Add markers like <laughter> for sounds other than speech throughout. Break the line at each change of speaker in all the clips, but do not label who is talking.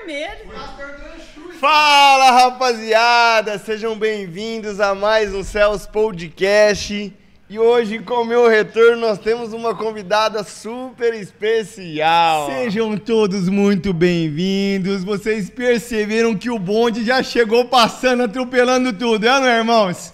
vermelho.
Fala rapaziada, sejam bem-vindos a mais um Céus Podcast. E hoje, com o meu retorno, nós temos uma convidada super especial.
Sejam todos muito bem-vindos. Vocês perceberam que o bonde já chegou passando, atropelando tudo, é, não é, irmãos?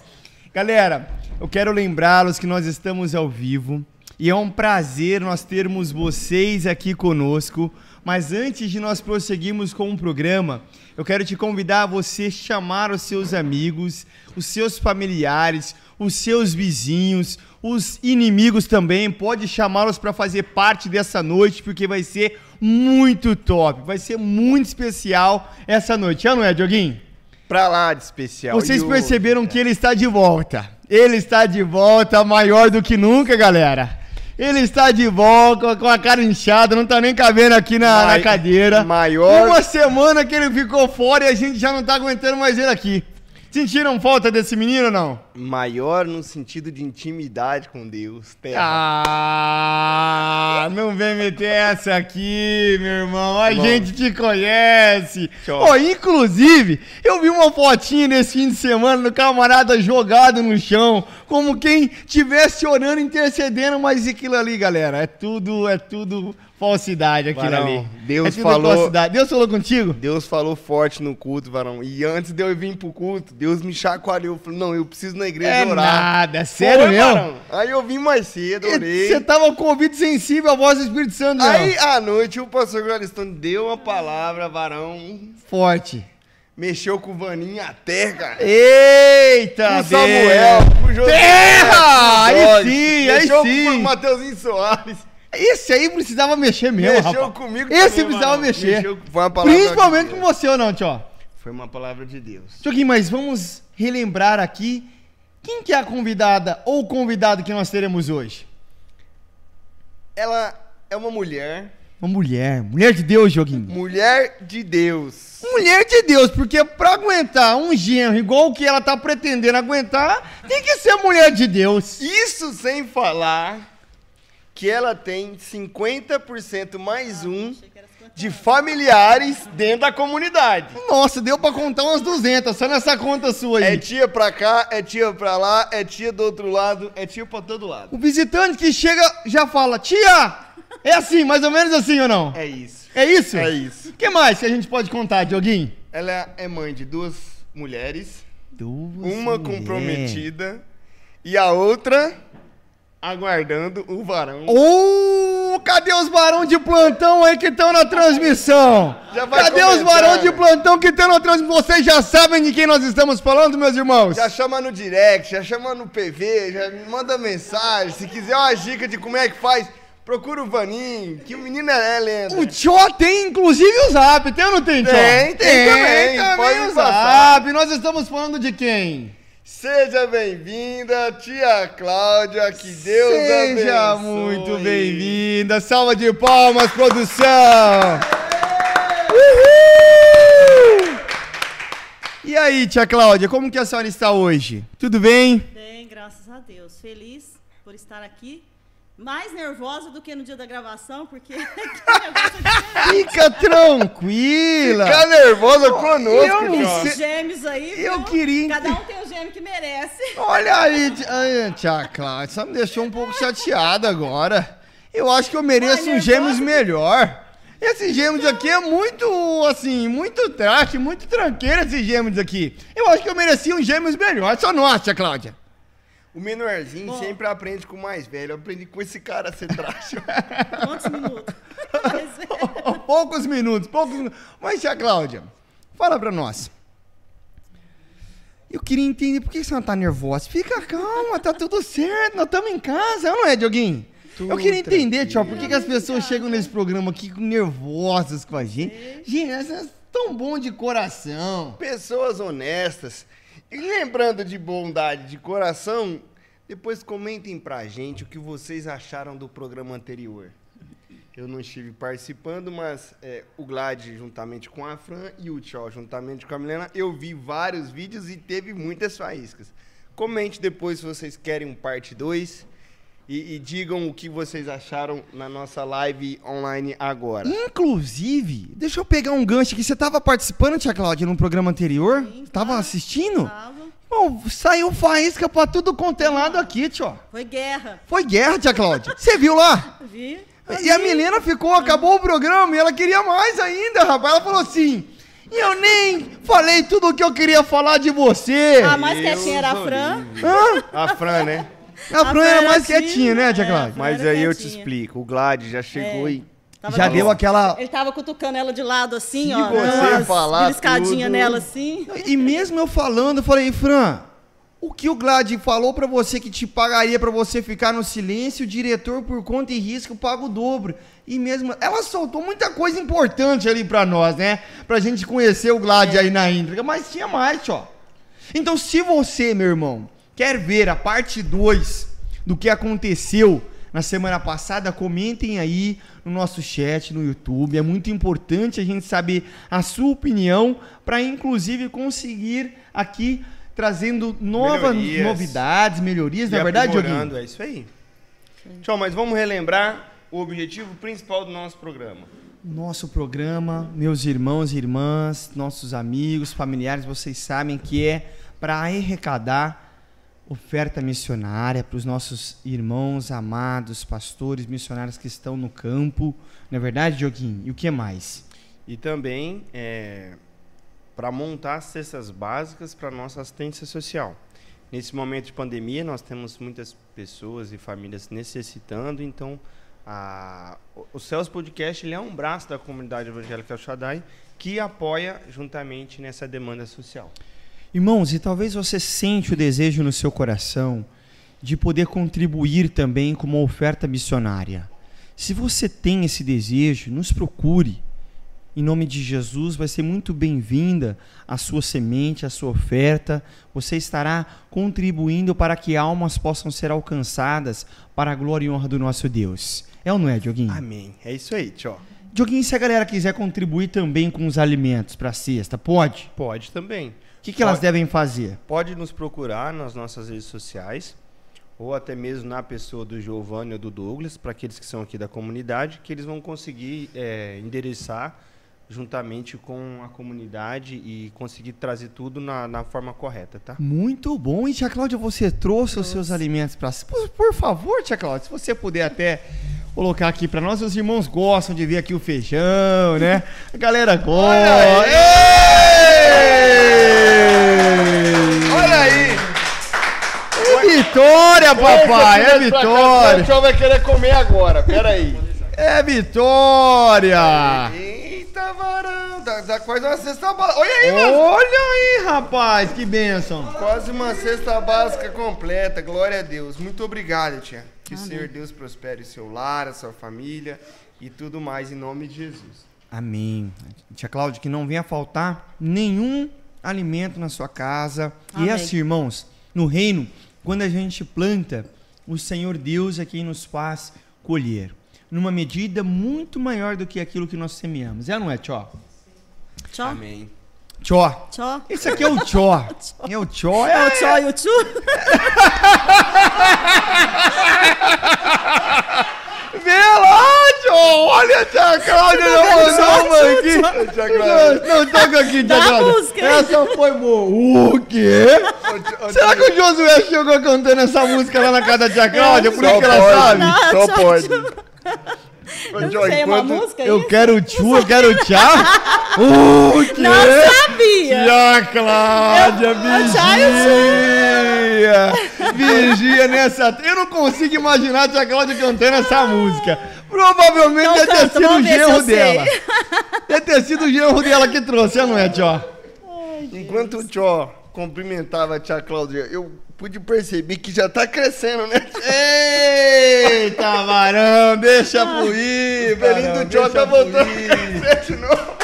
Galera, eu quero lembrá-los que nós estamos ao vivo e é um prazer nós termos vocês aqui conosco. Mas antes de nós prosseguirmos com o programa, eu quero te convidar a você chamar os seus amigos, os seus familiares, os seus vizinhos, os inimigos também. Pode chamá-los para fazer parte dessa noite, porque vai ser muito top, vai ser muito especial essa noite. Ah, não é, Dioguinho?
Pra lá de especial.
Vocês
E o- é
perceberam que ele está de volta. Ele está de volta, maior do que nunca, galera. Ele está de volta com a cara inchada, não tá nem cabendo aqui na,
Mai-
na cadeira.
maior-
Uma semana que ele ficou fora e a gente já não tá aguentando mais ele aqui. Sentiram falta desse menino ou não?
Maior no sentido de intimidade com Deus. Terra.
Ah, não vem meter essa aqui, meu irmão. A
Tá Bom.
gente te conhece.
eu-
Ó, inclusive, eu vi uma fotinha nesse fim de semana do camarada jogado no chão, como quem estivesse orando, intercedendo, mas aquilo ali, galera, é tudo, é tudo falsidade aquilo
Varão,
ali.
Deus
é tudo
falou-
falsidade. Deus falou contigo?
Deus falou forte no culto, varão. E antes de eu vir pro culto, Deus me chacoalhou. Falou, não, eu preciso ir na igreja
É
orar.
nada, sério
Foi,
mesmo?
varão. Aí eu vim mais cedo, orei.
Você tava com o ouvido sensível à voz do Espírito Santo, não?
Aí à noite o pastor Gloristone deu uma palavra, varão.
Forte.
Mexeu com o Vaninho até, cara.
Eita,
Com o Samuel, com o José.
Terra!
com o
Aí
Dog,
sim, aí
mexeu com
sim.
o Mateuzinho Soares.
Esse aí precisava mexer mesmo,
mexeu
rapaz.
comigo
Esse
também,
precisava
varão.
mexer.
Mexeu- foi uma palavra
Principalmente
de
com
Deus.
você ou não, tio?
Foi uma palavra de Deus.
Joguinho, mas vamos relembrar aqui quem que é a convidada ou convidado que nós teremos hoje?
Ela é uma mulher,
Uma mulher, mulher de Deus, Joguinho.
mulher de Deus.
Mulher de Deus, porque pra aguentar um genro igual o que ela tá pretendendo aguentar, tem que ser mulher de Deus.
Isso sem falar que ela tem 50% mais um de familiares dentro da comunidade.
Nossa, deu pra contar umas 200 só nessa conta sua aí.
É tia pra cá, é tia pra lá, é tia do outro lado, é tia pra todo lado.
O visitante que chega já fala: Tia! É assim, mais ou menos assim ou não?
É isso.
É isso?
É isso.
O que mais que a gente pode contar, Dioguinho?
Ela é mãe de duas mulheres,
Duas
uma comprometida e a outra aguardando o varão.
Ô, Uh, cadê os barão de plantão aí que estão na transmissão?
Já vai
cadê os
começar.
barão de plantão que estão na transmissão? Vocês já sabem de quem nós estamos falando, meus irmãos?
Já chama no direct, já chama no PV, já me manda mensagem. Se quiser uma dica de como é que faz, procura o Vaninho, que o menino é lenda.
O Tchó tem inclusive o Zap, tem ou não tem, Tchó?
Tem, tem também, pode
o
passar.
Zap. Nós estamos falando de quem?
Seja bem-vinda, tia Cláudia, que Deus abençoe.
Seja muito bem-vinda. Salva de palmas, produção. Uhul! E aí, tia Cláudia, como que a senhora está hoje? Tudo bem?
Bem, graças a Deus. Feliz por estar aqui. Mais nervosa do que no dia da gravação, porque <laughs> o negócio é
Fica tranquila.
Fica nervosa conosco,
Eu não
Tio.
diferente.
Cê-
Os gêmeos aí.
Eu
viu?
queria-
Cada um tem o gêmeo que merece.
Olha aí, tia- ai, tia Cláudia, só me deixou um pouco chateada agora. Eu acho que eu mereço
Olha,
um gêmeos
eu gosto-
melhor. Esse gêmeos aqui é muito, assim, muito traste, muito tranqueiro esse gêmeos aqui. Eu acho que eu merecia um gêmeos melhor, só nós, tia Cláudia.
O menorzinho
Bom.
sempre aprende com o mais velho. Eu aprendi com esse cara a ser <laughs> traste.
Quantos minutos? Mas é.
<laughs> poucos minutos, poucos minutos. Mas, tia Cláudia, fala pra nós. Eu queria entender por que você não tá nervosa. Fica calma, tá tudo certo, nós estamos em casa, não é, Dioguinho? eu
Tudo
queria entender, tio, por que, que as pessoas chegam nesse programa aqui nervosas com a gente? Gente, essas tão bom de coração.
Pessoas honestas. E lembrando de bondade de coração, depois comentem pra gente o que vocês acharam do programa anterior. Eu não estive participando, mas é, o Glad juntamente com a Fran e o Tchau juntamente com a Milena, eu vi vários vídeos e teve muitas faíscas. Comente depois se vocês querem um parte 2. E, e digam o que vocês acharam na nossa live online agora.
Inclusive, deixa eu pegar um gancho aqui. Você tava participando, Tia Cláudia, no programa anterior?
Sim,
tava
claro.
assistindo?
Tava.
Bom, saiu faísca pra tudo quanto é lado aqui, tio.
Foi guerra,
Foi guerra, Tia Cláudia. Você viu lá?
vi?
E a menina ficou, acabou o programa e ela queria mais ainda, rapaz. Ela falou assim: Eu nem falei tudo o que eu queria falar de você.
A mais
Deus
quietinha era a Fran.
horrível.
Hã?
A Fran, né?
A, Fran era mais
assim,
quietinha, né, Tia
é,
Cláudia?
Mas
era
aí eu te
quietinha.
explico. O Glad já chegou
É.
e.
Tava
Já
com-
deu aquela.
Ele tava cutucando ela de lado assim,
Se
ó.
você
dando umas
falar
beliscadinha
tudo-
nela assim.
E mesmo eu falando, eu falei, Fran, o que o Glad falou pra você que te pagaria pra você ficar no silêncio, o diretor por conta e risco paga o dobro. E mesmo, ela soltou muita coisa importante ali pra nós, né? Pra gente conhecer o Glad aí na íntegra, mas tinha mais, ó. Então, se você, meu irmão, quer ver a parte 2 do que aconteceu na semana passada, comentem aí no nosso chat no YouTube. É muito importante a gente saber a sua opinião para inclusive conseguir aqui trazendo novas
Melhorias.
novidades, melhorias, na
e
verdade,
aprimorando,
Dioguinho.
É isso aí. Tchau, mas vamos relembrar o objetivo principal do nosso programa.
Nosso programa, meus irmãos e irmãs, nossos amigos, familiares, vocês sabem que é para arrecadar oferta missionária para os nossos irmãos amados, pastores, missionários que estão no campo. Não é verdade, Dioguinho? E o que mais?
E também é, para montar as cestas básicas para nossa assistência social. Nesse momento de pandemia, nós temos muitas pessoas e famílias necessitando, então a- o- o Céus Podcast ele é um braço da comunidade evangélica El Shaddai que apoia juntamente nessa demanda social.
Irmãos, e talvez você sente o desejo no seu coração de poder contribuir também com uma oferta missionária. Se você tem esse desejo, nos procure. Em nome de Jesus, vai ser muito bem-vinda a sua semente, a sua oferta. Você estará contribuindo para que almas possam ser alcançadas para a glória e honra do nosso Deus. É ou não é, Dioguinho?
Amém. É isso aí, tchau.
Dioguinho, se a galera quiser contribuir também com os alimentos para a cesta, pode?
Pode também.
O que, que elas devem fazer?
Pode nos procurar nas nossas redes sociais ou até mesmo na pessoa do Giovanni ou do Douglas, para aqueles que são aqui da comunidade, que eles vão conseguir é, endereçar juntamente com a comunidade e conseguir trazer tudo na, na forma correta, tá?
Muito bom. E tia Cláudia, você trouxe os seus alimentos para por, por favor, tia Cláudia, se você puder até colocar aqui para nós, os irmãos gostam de ver aqui o feijão, né? A galera gosta. Ei!
Olha aí!
É vitória, papai, é vitória.
tchau vai querer comer agora, peraí.
É vitória.
Eita, varão! Dá, dá quase uma cesta básica. Olha aí, meu!
Olha aí, rapaz, que bênção.
Quase uma cesta básica completa, glória a Deus. Muito obrigado, tia. Que o Senhor Deus prospere o seu lar, a sua família e tudo mais em nome de Jesus.
Amém. Tia Cláudia, que não venha faltar nenhum alimento na sua casa. E
Amém.
é assim, irmãos, no reino, quando a gente planta, o Senhor Deus é quem nos faz colher. Numa medida muito maior do que aquilo que nós semeamos. É ou não é, Tchó?
Tchau,
Amém.
Tchó.
tchau.
Esse aqui é o Tchó. É o Tchó.
É o
É,
tchau e o tchu.
Vê lá, Tchó. Olha a Tia Cláudia. Não, não, não, aqui.
Tia
Não, não, toca aqui, Tia
Dá a
Cláudia.
música aí.
Essa foi boa. O quê? Será que o Josué chegou cantando essa música lá na casa da Tia Cláudia? Por isso que ela sabe?
Não,
Só
tchau,
pode.
tchau. Eu não sei, é uma música
Eu
isso?
quero tchu, eu quero
<laughs>
tchá. Uh, O quê?
Não sabia.
Tia Cláudia,
tchá, eu
vigia! Vigia nessa. Eu não consigo imaginar a Tia Cláudia cantando essa música. Provavelmente
Então
deve ter
canta,
sido o
vamos ver se eu
genro
sei.
dela. Deve ter sido o genro dela que trouxe, não é, Tchó?
Enquanto o Tchó cumprimentava a tia Cláudia, eu pude perceber que já tá crescendo, né?
Eita, varão, deixa fluir.
Ah. O pelinho
varão,
do Tchó
deixa
tá voltando
fluir.
a crescer de novo.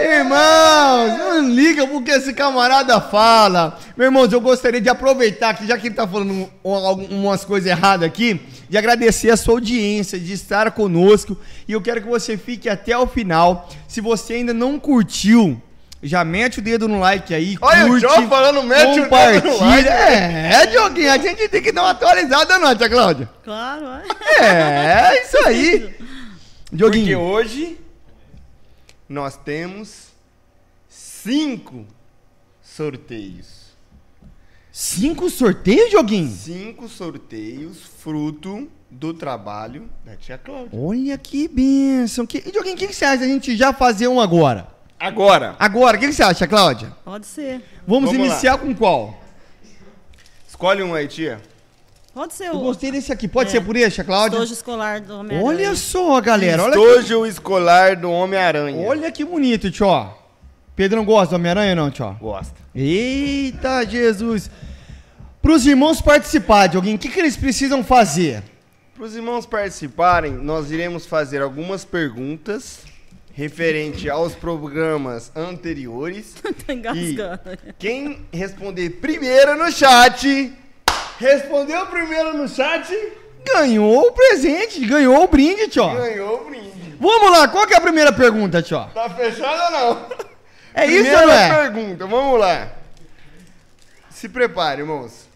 Irmãos, não liga porque esse camarada fala. Meu irmão, eu gostaria de aproveitar que já que ele tá falando um- algumas coisas erradas aqui, de agradecer a sua audiência, de estar conosco. E eu quero que você fique até o final. Se você ainda não curtiu Já mete o dedo no like aí,
Olha o
curte,
Joe falando, mete o dedo no
compartilha.
like.
É, é, Dioguinho, a gente tem que dar uma atualizada não, tia Cláudia.
Claro, é.
É, é isso aí.
Porque
Dioguinho,
hoje nós temos cinco sorteios.
cinco sorteios, Dioguinho?
Cinco sorteios fruto do trabalho da tia Cláudia.
Olha que benção. Que... E, Dioguinho, o que, que você acha da gente já fazer um agora?
Agora,
Agora, o que, que você acha, Cláudia?
Pode ser.
Vamos,
Vamos lá.
iniciar com qual?
escolhe um aí, tia.
Pode ser
Eu
o
gostei desse aqui. Pode
É.
ser por esse, Cláudia?
estojo escolar do Homem-Aranha. <laughs>
Olha só, galera. Olha que,
Estojo escolar do Homem-Aranha.
olha que bonito, tio. Pedrão gosta do Homem-Aranha ou não, tio?
Gosta.
Eita, Jesus. Para os irmãos participar de alguém, o que, que eles precisam fazer?
Para os irmãos participarem, nós iremos fazer algumas perguntas referente aos programas anteriores.
<laughs>
Tá engasgando.
E quem responder primeiro no chat, respondeu primeiro no chat,
Ganhou o presente, ganhou o brinde, tio.
ganhou o brinde.
Vamos lá, qual que é a primeira pergunta, tio?
Tá fechado ou não?
É isso,
Primeira
né?
pergunta, vamos lá. Se prepare, irmãos.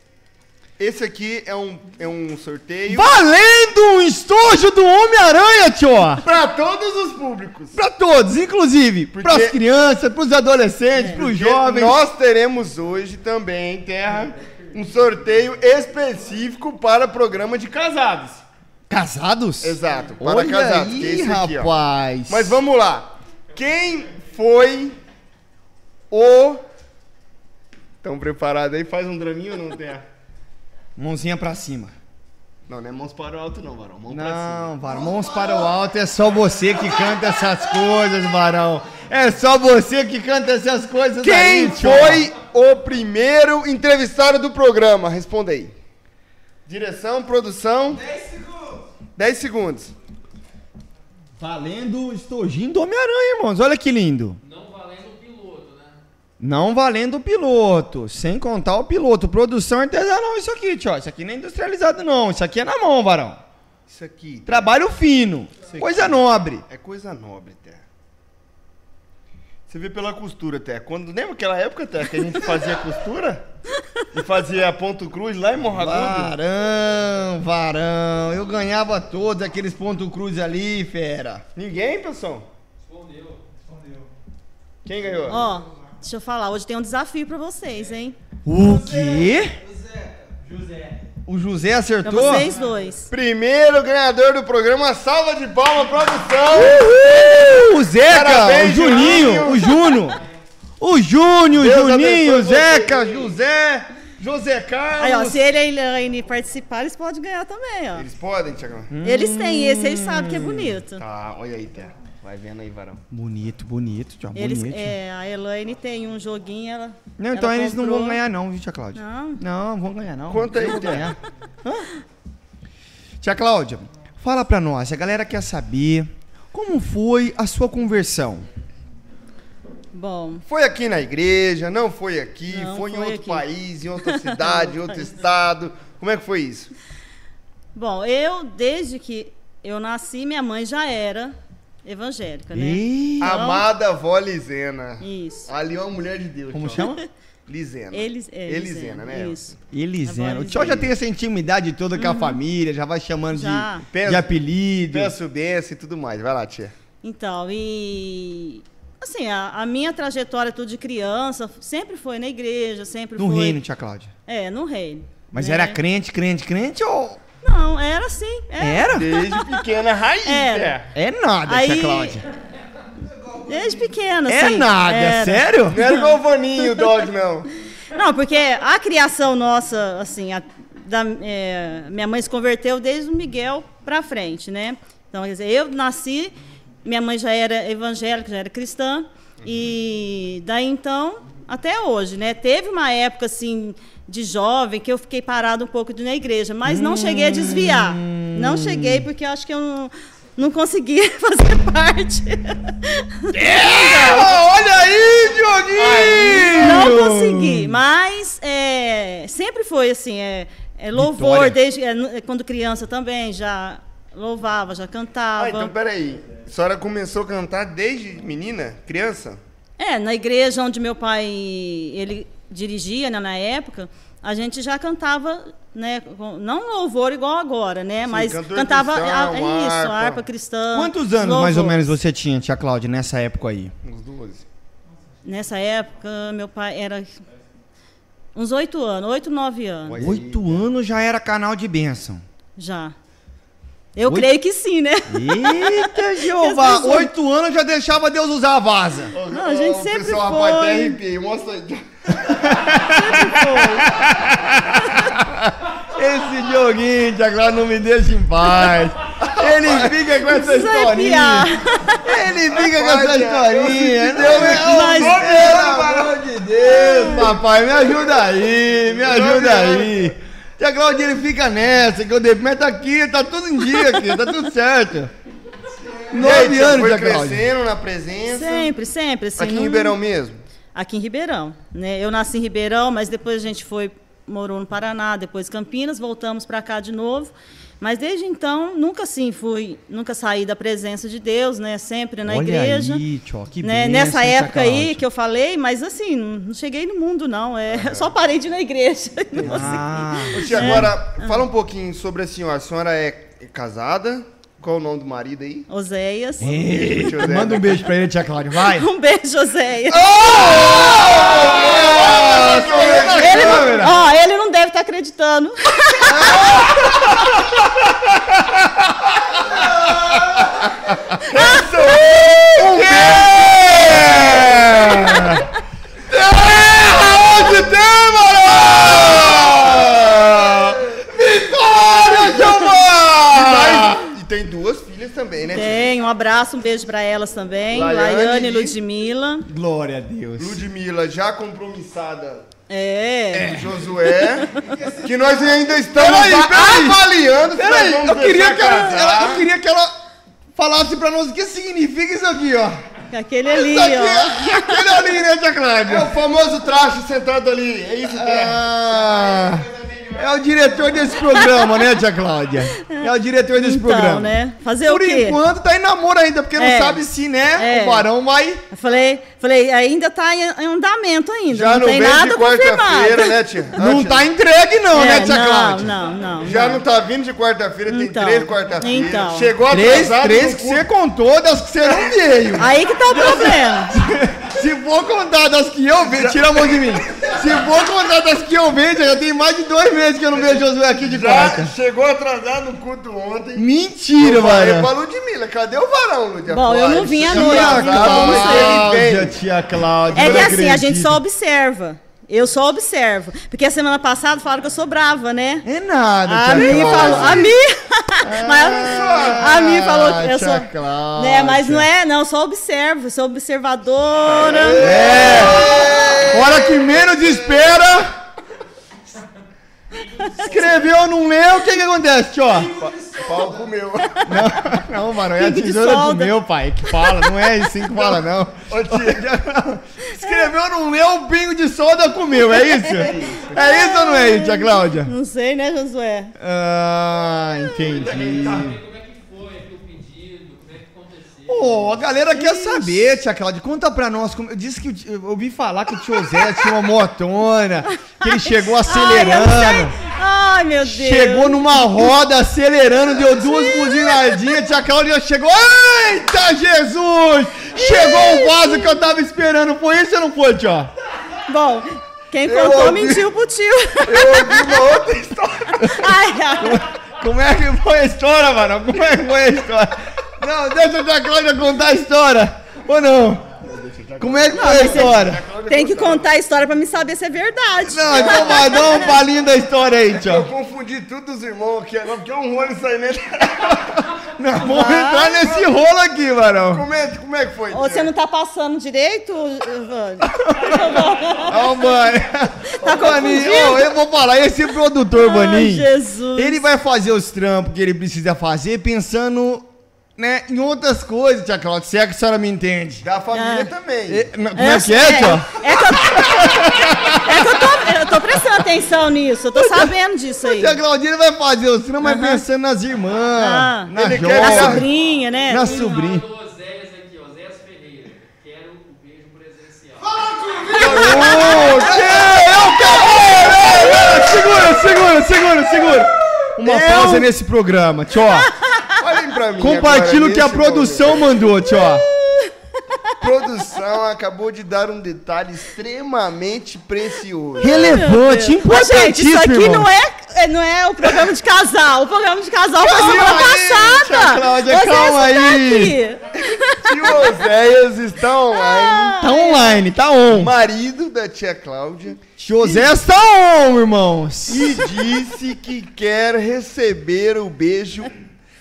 Esse aqui é um, é um sorteio
Valendo um estojo do Homem-Aranha, tio.
para todos os públicos.
Pra todos, inclusive
Porque- É,
pras crianças, pros adolescentes, pros
Porque
jovens.
Nós teremos hoje também, Terra, um sorteio específico para programa de casados.
Casados?
Exato, para
Olha
casados.
aí,
que é esse aqui, ó.
rapaz.
Mas vamos lá. Quem foi o. Estão preparados aí? Faz um draminho ou não, Terra?
Mãozinha pra cima.
Não, não é mãos para o alto, não, Varão. Mão pra cima.
Não, Varão, mãos para o alto, é só você que canta essas coisas, Varão. É só você que canta essas coisas
Quem
aí, tio.
foi o primeiro entrevistado do programa? Responda aí. Direção, produção. 10 segundos. 10 segundos.
Valendo o estojinho do Homem-Aranha, irmãos. Olha que lindo.
Não valendo o piloto, né?
Não valendo o piloto, sem contar o piloto. Produção artesanal isso aqui, tio. Isso aqui não é industrializado, não. Isso aqui é na mão, Varão.
Isso aqui
Trabalho fino,
Isso
coisa
aqui.
nobre.
é coisa nobre, Terra. Você vê pela costura, Terra. Quando, lembra aquela época, Terra, que a gente fazia costura? <laughs> E fazia a ponto cruz lá em Morragudo?
Varão, varão, eu ganhava todos aqueles ponto cruz ali, fera.
Ninguém, pessoal?
Escondeu. Escondeu.
Quem ganhou?
Ó, deixa eu falar, hoje tem um desafio pra vocês, hein?
O quê?
José.
O José
Pra
acertou?
vocês dois.
Primeiro ganhador do programa, salva de palma, produção!
Uhul! O Zeca,
Parabéns,
o Juninho, o Juno. O Júnior, o
Deus abençoe
Juninho, o Zeca,
vocês.
José, José
Aí, ó,
Carlos.
se ele e a Elaine participarem, eles podem ganhar também, ó.
Eles podem, Tiagão?
Hum.
Eles têm esse, eles sabem que é bonito.
Tá, olha aí, Terra. Vai vendo aí, varão.
Bonito, bonito, tio,
Eles,
Tá bonito.
é, a Elaine tem um joguinho, ela.
Não,
ela
então eles não
comprou.
vão ganhar não, viu, tia Cláudia?
Não.
Não, vão ganhar não.
Conta aí,
Não vão
Tia. <laughs>
ganhar. Hã? Tia Cláudia, fala pra nós, a galera quer saber como foi a sua conversão?
Bom,
Foi aqui na igreja, não foi aqui,
Não,
foi em
foi
outro
aqui.
país,
<laughs>
em outra cidade, em outro estado. Como é que foi isso?
bom, eu, desde que eu nasci, minha mãe já era evangélica, né?
Ih,
Ah.
Amada avó Lisena.
Isso.
Ali é uma mulher de Deus.
como
então.
chama?
Lisena.
Eles, é,
Elisena, né?
Isso.
Elisena.
Agora Uhum.
O tio já
Elisena.
tem essa intimidade toda com a família, já vai chamando
Já.
de, de
Peço-
apelido.
Peço benção e tudo mais. Vai lá, tia.
Então, e. Assim, a, a minha trajetória tudo de criança sempre foi na igreja, sempre
No
foi.
reino, tia Cláudia.
É, no reino.
Mas
né?
era crente, crente, crente ou...
Não, era assim, é, sim. Era.
Era?
Desde pequena raiz,
Era.
né?
É nada, tia
Aí-
Cláudia.
Desde pequena,
É
sim.
nada,
Era.
sério?
Não era galvaninho o dog, não.
Não, porque a criação nossa, assim, a- da, é, minha mãe se converteu desde o Miguel pra frente, né? Então, quer dizer, eu nasci, minha mãe já era evangélica, já era cristã, e daí então até hoje, né? Teve uma época assim de jovem que eu fiquei parada um pouco de- na igreja, mas não cheguei a desviar. Não cheguei porque eu acho que eu não, não conseguia <laughs> fazer parte.
Ah, olha aí, Dioguinho!
Não consegui, mas é, sempre foi assim, é, é louvor,
Vitória.
desde é, n- é, quando criança também, já louvava, já cantava.
então Ah, então peraí. A senhora começou a cantar desde menina, criança?
É, na igreja onde meu pai ele dirigia né, na época, a gente já cantava, né, com- não louvor igual agora, né, mas
cantor
cantava
cristão,
a- é isso,
harpa.
harpa, cristã.
Quantos anos mais ou
louvor.
menos você tinha, tia Cláudia, nessa época aí?
Uns 12.
Nessa época, meu pai era uns oito anos, oito, nove anos
Olha aí,
Oito anos já era canal de bênção.
já. Eu
Oito-
creio que sim, né?
<laughs> Eita, Jeová!
Pesquisou.
Oito anos já deixava Deus usar a vaza.
Ô,
Não, a gente
ô,
sempre
pessoal, rapaz,
foi.
até arrepiei. Mostra aí.
Esse Dioguinho, tia Cláudia, não me deixa em <laughs> paz. Ele fica com essa
Precisa
historinha.
arrepiar.
Ele fica com essa
Olha, eu
historinha.
senti
Não, meu,
Mas-
pelo amor de Deus, papai, me ajuda aí, me ajuda aí. Tia Cláudia, ele fica nessa, que eu dependo aqui, tá tudo em dia aqui, tá tudo certo.
E aí,
Nove
tia,
anos,
Foi
tia Cláudia.
crescendo na presença.
Sempre, sempre. Assim,
Aqui em
não-
Ribeirão mesmo.
Aqui em Ribeirão, né? Eu nasci em Ribeirão, mas depois a gente foi morou no Paraná, depois Campinas, voltamos para cá de novo. Mas desde então nunca assim fui, nunca saí da presença de Deus, né? Sempre na
Olha
igreja.
aí, tio, que
né?
bênção,
Nessa
tia
época aí
Cláudia.
que eu falei, mas assim, não não cheguei no mundo não, é, só parei de ir na igreja. Não
Ah,
Ô, tia, agora, fala um pouquinho sobre a senhora. A senhora é casada? Qual o nome do marido aí?
<laughs> Oséias.
Ei,
José.
Manda um beijo pra ele, tia Cláudia, vai.
Um beijo, Oséias.
Oh!
Ele
Ele não, ó, ele não deve estar acreditando.
Onde tem, Vitória, Giovana!
Ah, E tem duas filhas também, né? tia?
Tem, um abraço, um beijo para elas também,
Laiane
Laiane
e-
e Ludmilla.
Glória a Deus.
Ludmilla, já compromissada
É.
do Josué, que nós ainda estamos
É. Peraí,
a-
peraí.
avaliando se tá nós
Peraí,
vamos
eu queria,
deixar
que ela,
casar.
ela- eu queria que ela falasse pra nós o que significa isso aqui, ó.
Aquele ali,
Isso
ó.
aqui, aquele ali, né, tia
É
Cláudia?
o famoso traste sentado ali, é isso que é.
Ah, é o diretor desse programa, né, tia Cláudia? É o diretor desse programa.
Então, né? Fazer
Por
o quê?
enquanto tá em namoro ainda, porque
É.
não sabe se, né,
É.
o varão vai...
Eu falei, falei, ainda tá em em andamento ainda.
Já
não
no
tem
mês
nada
de
confirmado.
quarta-feira, né, tia?
Não
Antes-
tá entregue não,
É,
né, tia
não,
Cláudia?
não, não.
Já não tá vindo de quarta-feira, tem
Então,
três quarta-feiras.
então.
Chegou
Três,
atrasado
três
no
que
culto.
você contou das que você não veio.
Aí que tá o problema.
<laughs> Se for contar das que eu vejo, tira a mão de mim. Se for contar das que eu vejo, já tem mais de dois meses que eu não vejo Josué aqui de
Já
quarta.
chegou atrasado no culto ontem.
Mentira,
eu falei pra
mano.
Ludmilla, cadê o varão, Ludmilla?
Bom, eu não vim à
Tia
noite,
Cláudia,
então, É não
mas
sei.
ele
Cláudia,
vem.
tia Cláudia.
É
eu
que
não
assim, a gente
acredito.
só observa. Eu só observo. Porque a semana passada falaram que eu sou brava, né?
É nada,
A
tia
Mi
Cláudia.
falou. A Mi!
<laughs>
Mas a
Ah,
Mi falou que eu
tia
sou.
Cláudia.
Né, mas não é, não, só observo, sou observadora.
É! Hora que menos espera. Escreveu, não leu, o que que acontece, tio?
Pau comeu.
Não, mano, é a
Pingo de
tesoura do
solda.
meu pai que fala, não é assim que fala, não.
Ô, tia,
Escreveu, não leu, o pingo de solda comeu, é isso? É isso ou não é isso, tia Cláudia?
Não sei, né, Josué?
Ah, entendi.
E como é que foi aqui o pedido? Como é que aconteceu?
Ô, a galera quer saber, tia Cláudia, conta pra nós. Como... Eu disse que o ti- eu ouvi falar que o tio Zé tinha uma motona, que ele chegou acelerando.
Ai, eu sei. Ai, meu Deus.
Chegou numa roda acelerando, deu duas buzinadinhas, tia Cláudia chegou. Eita Jesus! Chegou o vaso que eu tava esperando. Foi isso ou não foi, tia?
Bom, quem
Eu
contou
ouvi.
mentiu pro tio.
<laughs>
eu ouvi uma outra história.
Ai, ai.
Como é que foi a história, mano? Como é que foi a história? Não, deixa a tia Cláudia contar a história. Ou não? Como é que foi a história?
Tem que contar a história pra me saber se é verdade.
Não, então vai, dá um palinho da história aí, tia.
Eu confundi tudo os irmãos aqui agora, porque é um rolo isso aí, né?
Não, vamos entrar nesse rolo aqui, mano.
Como é, como é que foi?
Ô, Você
tia?
não tá passando direito, Vânia?
Ó, o Bani. Ô, Bani,
Tá confundindo?
ô, eu vou falar, esse é produtor,
Ai,
Bani.
Ah, Jesus.
Ele vai fazer os trampos que ele precisa fazer pensando né, em outras coisas, tia Cláudia. Se é que a senhora me entende.
Da família
Ah.
também.
E- n- como é que é, tia?
É, que eu, é que eu tô, eu tô prestando atenção nisso, eu tô sabendo disso aí.
Tia Claudinha ele vai fazer os trampos, mas pensando nas irmãs,
Ah.
na
Ele quer
jovem,
Na
virar-
sobrinha, né?
na
Tem o nome
sobrinha.
do Oséias aqui, Oséias Ferreira. Quero o um beijo presencial.
O quê? Eu quero! Segura, segura, segura, segura! Uma
Eu-
pausa nesse programa,
<laughs>
tio.
Olhem pra mim.
Compartilha
agora
o que a
nesse
produção mandou, tio.
momento. Produção acabou de dar um detalhe extremamente precioso.
Relevante,
Ô, gente,
importantíssimo,
isso aqui
irmão.
não é, é- não é o programa de casal. O programa de casal foi semana
Calma aí,
passada.
tia Cláudia,
Vocês
calma
estão
aí.
aqui.
Tio Oséias está
Ah!
online.
Tá online, tá on.
Marido da tia Cláudia.
José está on, irmãos.
E disse que quer receber o beijo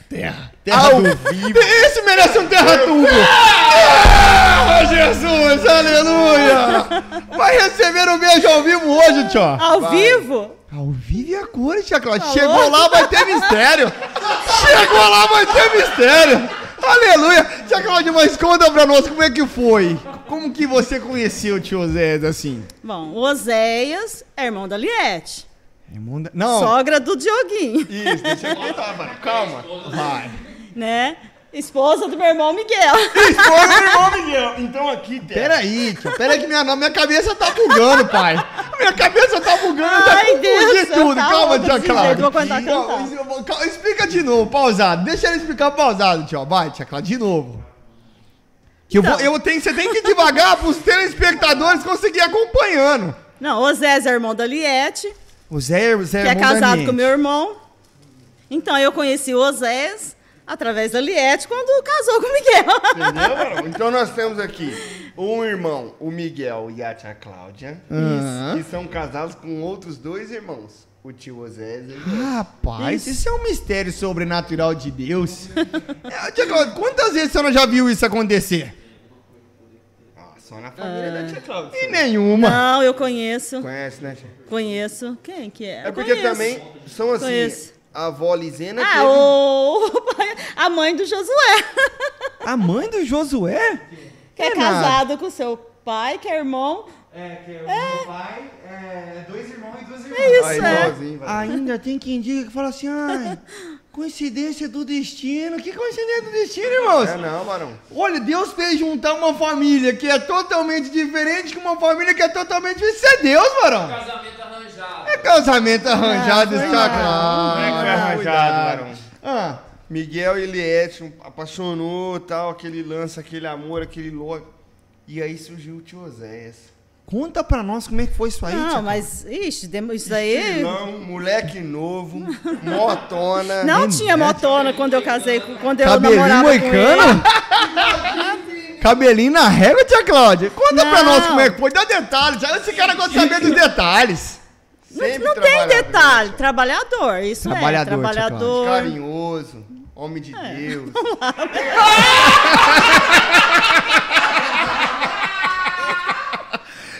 Terra.
ao
do-
vivo.
Isso merece um terra tubo. Ah, Jesus, aleluia. Vai receber um beijo ao vivo hoje, tio.
Ao vivo?
Ao vivo e a cor, tia Cláudia. Chegou lá, vai ter mistério. Chegou lá, vai ter mistério. Aleluia. Tia Cláudia, mas conta pra nós como é que foi. Como que você conheceu o tio Zé, assim?
Bom, o Oséias é irmão da Liette.
Irmão da- É Não.
Sogra do Dioguinho,
Isso, deixa eu contar, mano. Calma.
Vai.
né? Esposa do meu irmão Miguel.
Então aqui,
Peraí, tio. Peraí que minha, minha cabeça tá bugando, pai. Minha cabeça tá bugando, eu já
Ai,
confundi
Deus,
tudo.
tá
Calma,
louco
tia
desse
Cláudia.
jeito, vou contar,
Não,
contar.
isso- é eu vou- calma, Explica de novo, pausado. Deixa ele explicar pausado, tio. Vai, tia Cláudia, de novo. Que eu
Então.
vou- eu tenho, você tem que ir devagar <laughs> pros telespectadores conseguirem acompanhando.
Não, o Zés é irmão da Liette,
O Zé, Zé
que é casado com meu irmão. Então eu conheci o Zés através da Liette quando casou com o Miguel.
Entendeu, mano? Então nós temos aqui um irmão, o Miguel e a tia Cláudia,
Aham.
que são casados com outros dois irmãos, o tio Osés e o Zé.
Rapaz, isso. é um mistério sobrenatural de Deus. É, tia Cláudia, quantas vezes a senhora já viu isso acontecer?
Ah, só na família da tia Cláudia.
E
Você
nenhuma.
<laughs> Não, eu conheço.
conhece, né, tia?
Conheço. Quem que é?
É porque
Conheço.
também são assim,
Conheço.
a avó
é
Lisena
Ah,
teve-
o... <laughs> a mãe do Josué.
A mãe do Josué?
Que é,
Renato.
casado com seu pai, que é irmão.
É, que o meu pai é dois irmãos e duas irmãs.
isso,
Aí,
é.
igualzinho, vai.
Ainda tem quem diga que fala assim, ai, coincidência do destino. Que coincidência do destino, irmãos?
É não, <laughs> Barão.
Olha, Deus fez juntar uma família que é totalmente diferente com uma família que é totalmente diferente. Isso é Deus, varão.
Casamento arranjado.
É casamento arranjado,
Ah,
está
foi
claro.
nada.
Não é que foi arranjado, Barão.
Ah,
Miguel e Liette um, apaixonou, tal, aquele lance, aquele amor, aquele logo. E aí surgiu o tio Oséias.
conta pra nós como é que foi isso aí,
Não,
tia.
mas ixi, demo- isso daí.
Filão, moleque novo, motona.
Não tinha motona quando eu casei, com- quando eu
Cabelinho
namorava
moicano?
com ele.
<laughs> Cabelinho na régua, tia Cláudia. Conta pra
Não.
nós como é que foi. Dá detalhes. tia. Esse cara gosta de saber dos detalhes.
Sempre
Não tem
trabalhador,
detalhe,
tia.
trabalhador, isso
Trabalhador,
é, trabalhador.
Carinhoso, homem de
É. <laughs>
Deus.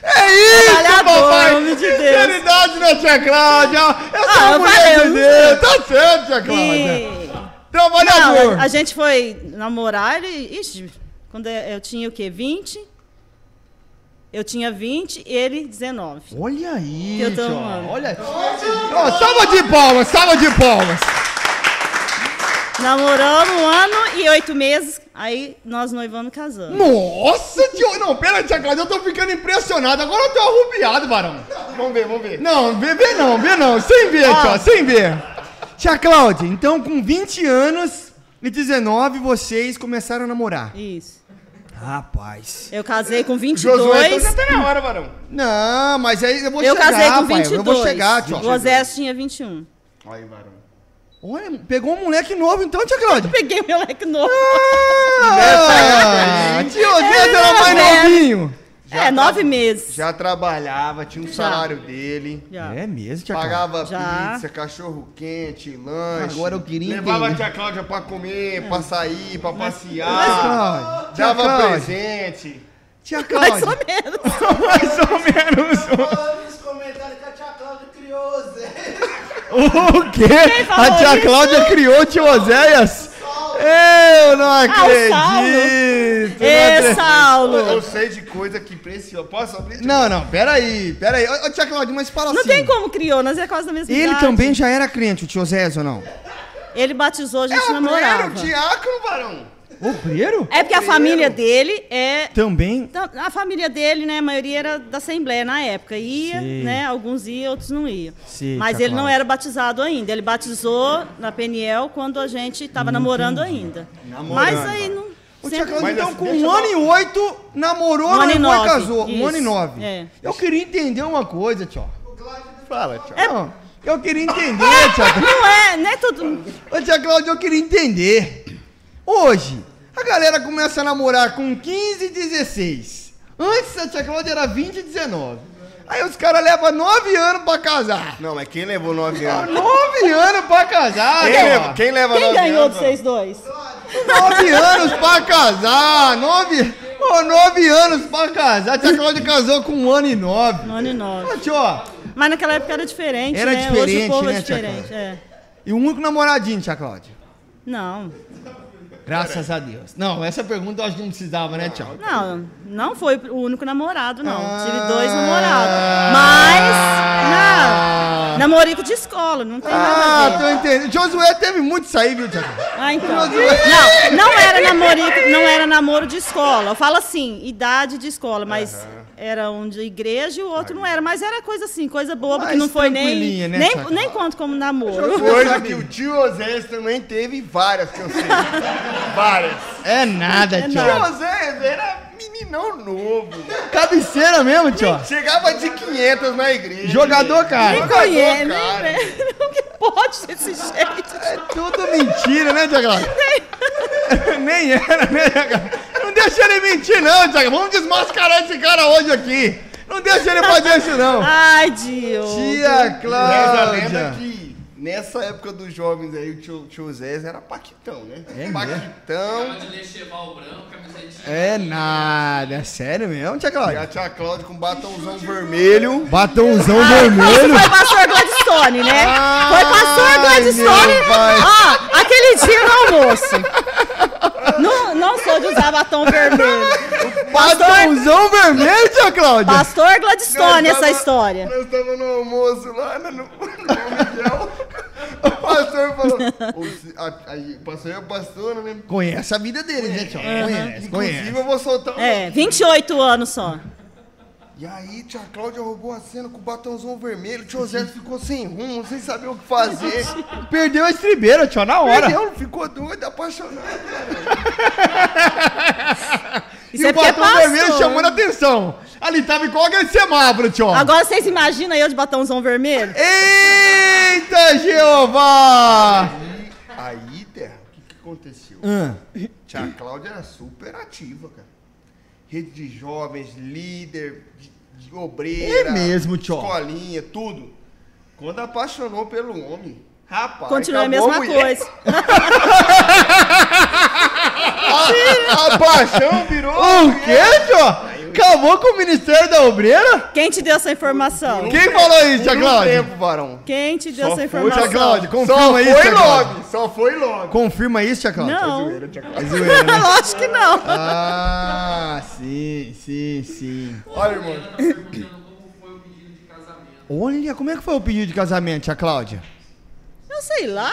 É isso,
Trabalhador,
papai!
homem de Deus.
Sinceridade, né, tia Cláudia? Eu sou
Ah,
mulher de
valeu.
Deus. Tá certo, tia Cláudia.
E-
Trabalhador.
Não, a, a gente foi namorar e. Ixi, quando eu eu tinha o quê? 20? Eu tinha 20, ele 19.
Olha aí,
Eu tô
tia.
amando.
Olha. Ó, salva de palmas, salva de palmas.
Namoramos um ano e oito meses, aí nós noivamos e casamos.
Nossa, tio. Não, pera, tia Cláudia. Eu tô ficando impressionado. Agora eu tô arrubiado, varão.
Vamos ver, vamos ver.
Não, vê, vê não, vê não. Sem ver,
Ó.
tia, sem ver. Tia Cláudia, então com 20 anos e 19, vocês começaram a namorar.
Isso.
Rapaz.
Eu casei com 22.
Josué, então já tá na hora, varão.
Não, mas aí eu vou
eu
chegar,
casei com
pai,
22.
Eu vou chegar, tio.
O Osés tinha 21.
Olha aí, varão.
Olha, pegou um moleque novo então, tia Cláudia.
Peguei o moleque novo.
Ah, tio Zé
Ele
era
era
mais
velho.
novinho.
é, nove meses.
Já trabalhava, tinha um salário dele.
Já.
É mesmo, tia
Pagava
Já.
pizza, cachorro quente, lanche.
Agora eu queria
Levava
entender.
a tia Cláudia pra comer, pra sair, pra
Mas,
passear.
Cláudia, tia
dava
Cláudia,
presente.
tia
Mais ou
Cláudia,
menos.
mais ou menos.
Falando nos comentários que a tia Cláudia criou o Zé.
<laughs> O quê?
falou
A tia
isso?
Cláudia criou o tio Oséias? Eu não acredito.
Ah, Saulo.
não
Ê,
acredito.
Eu
Saulo.
sei de coisa que preciosa. Posso abrir?
Não, não, peraí, peraí. Ô, ô, tia Cláudia, mas fala
Não
assim.
tem como criou, nós é quase da mesma
Ele
idade.
também
É.
já era crente, o tio Oséias ou não?
Ele batizou, a gente
É
Eu abri, era
namorava.
o diácono, Tá varão.
Obreiro?
É porque a família dele é.
Também?
Então, A família dele, né, a maioria era da Assembleia na época. Ia,
Sim.
né? Alguns iam, outros não iam.
Sim,
Mas
tia
ele não
Cláudia.
era batizado ainda. Ele batizou na Peniel quando a gente
Hum,
estava namorando ainda. Mas aí não.
Ô, tia
sempre-
Cláudia,
Mas
então,
assim,
com
deixa
um
eu
ano
dar-
e oito, namorou,
Um ano e
noivou e
nove,
casou. Um ano
isso,
e nove.
é.
Eu queria entender uma coisa, tio.
Fala, tchau.
É.
Não, eu queria entender, <laughs> tia.
Não é, né? Tudo.
Ô, tia Cláudia, eu queria entender. Hoje, a galera começa a namorar com 15 e 16. Antes, a tia Cláudia era 20 e 19. Aí os caras levam 9 anos pra
<laughs>
casar.
Não, mas quem levou nove anos?
9 anos pra casar,
Quem
cara.
leva, quem leva
Quem
nove
ganhou de
anos?
vocês dois?
Nove anos pra casar! Nove, Ô, nove anos pra casar! A tia Cláudia casou com um ano e nove.
Um ano e nove.
Ô, tio,
Mas naquela época era diferente,
Era
né? Hoje
diferente,
o povo
né,
é
tia
diferente. É.
e o único namoradinho, tia Cláudia?
Não.
Graças a Deus. Não, essa pergunta eu acho que não precisava, né, tio?
Não, não foi o único namorado, não. Tive dois
Ah.
namorados. Mas, não, namorico de escola, não tem nada
Ah,
a ver.
tô entendendo. Josué teve muito isso aí, viu, tia Cláudia?
Ah, então. Não, não era namorico, não era namoro de escola. Eu falo assim, idade de escola, mas era um de igreja e o outro não era. Mas era coisa assim, coisa boba, que
Mais
não foi nem...
tranquilinha, né,
nem,
Thiago?
nem conto como namoro.
Coisa que o tio Osés também teve várias, que eu sei. várias.
É nada, tio.
Tio Osés era meninão novo.
Cabeceira mesmo, tio.
Chegava de 500 na igreja.
Jogador,
Nem
cara.
conhece,
cara.
nem... <laughs> Como que pode ser desse jeito?
Tudo É mentira,
<laughs>
né, tia Cláudia? <laughs> Nem era, né, tia Cláudia? Não deixa ele mentir, não, tia Cláudia. Vamos desmascarar esse cara hoje aqui. Não deixa ele fazer isso,
<laughs>
não.
Ai, Dio.
Tia
Reza a lenda
Cláudia.
É, que nessa época dos jovens aí, o tio, tio Osés era paquitão, né?
É mesmo?
paquitão.
Pode lecheval branco, tá camisetinha.
É nada, é sério mesmo, tia
E a
Cláudia?
tia Cláudia com batomzão vermelho.
Batomzão
Isso
vermelho.
foi pastor Gladstone, né?
Ai,
foi pastor Gladstone. né?
meu pai.
Ó, aquele dia no almoço. não, não sou de usar batom vermelho.
Batomzão vermelho, tia Cláudia.
Pastor Gladstone,
Nós
essa
tava-
história.
Nós estávamos no almoço lá no, no, no Miguel. O pastor falou. o se- a- aí, o pastor é a pastora, né?
Conhece a vida dele, né, tio? Conhece,
Inclusive,
conhece.
eu vou soltar um.
É, 28 anos só.
E aí, tia Cláudia roubou a cena com o batomzão vermelho. O tio Osés ficou sem rumo, sem saber o que fazer.
<laughs> Perdeu a estribeira, tio, na hora.
Perdeu, ficou doido, apaixonado.
Isso
e
é
o
porque é
batom
pastor.
vermelho chamando a atenção. Ali tava igual aquele semáforo, tio.
Agora vocês imaginam eu de batomzão vermelho?
Eita, Jeová!
Aí, Terra, o que, que aconteceu?
Ah.
Tia Cláudia era super ativa, cara. Rede de jovens, líder, de, de obreira.
É mesmo, tio.
Escolinha, tudo. Quando apaixonou pelo homem, rapaz.
Continua a
acabou
mesma
mulher.
coisa.
<laughs> A, a paixão virou.
O
mulher.
quê, tio? Acabou com o Ministério da Obreira?
Quem te deu essa informação?
Quem falou isso, tia
Por um
Cláudia?
tempo, varão.
Quem te deu essa
Ô, tia
informação?
Cláudia,
Só
confirma
foi
isso, tia Cláudia.
love, só foi love.
Confirma isso, tia Cláudia.
Não.
Zoeira, tia Cláudia.
É zoeira, né?
<laughs> Lógico que não.
Ah, sim, sim, sim.
Olha, irmão.
Ela perguntando como foi o pedido de casamento.
Olha, como é que foi o pedido de casamento, tia Cláudia?
Eu sei lá.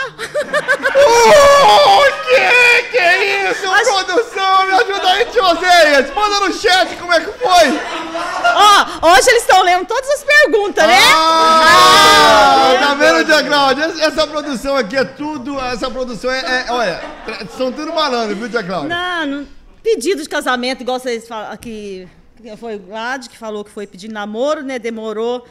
O que que é isso,
Mas-
produção? Me ajuda aí, tio Oséias. Manda no chat como é que foi.
Ó, hoje eles estão lendo todas as perguntas, né?
Ah,
Ah,
tá vendo, tia Cláudia? Essa- Essa produção aqui é tudo... Essa produção é... é- olha, tra- são tudo malandro, viu, tia Cláudia?
Não, não- pedido de casamento, igual vocês falam que que foi o Lade que falou que foi pedir namoro, né? Demorou.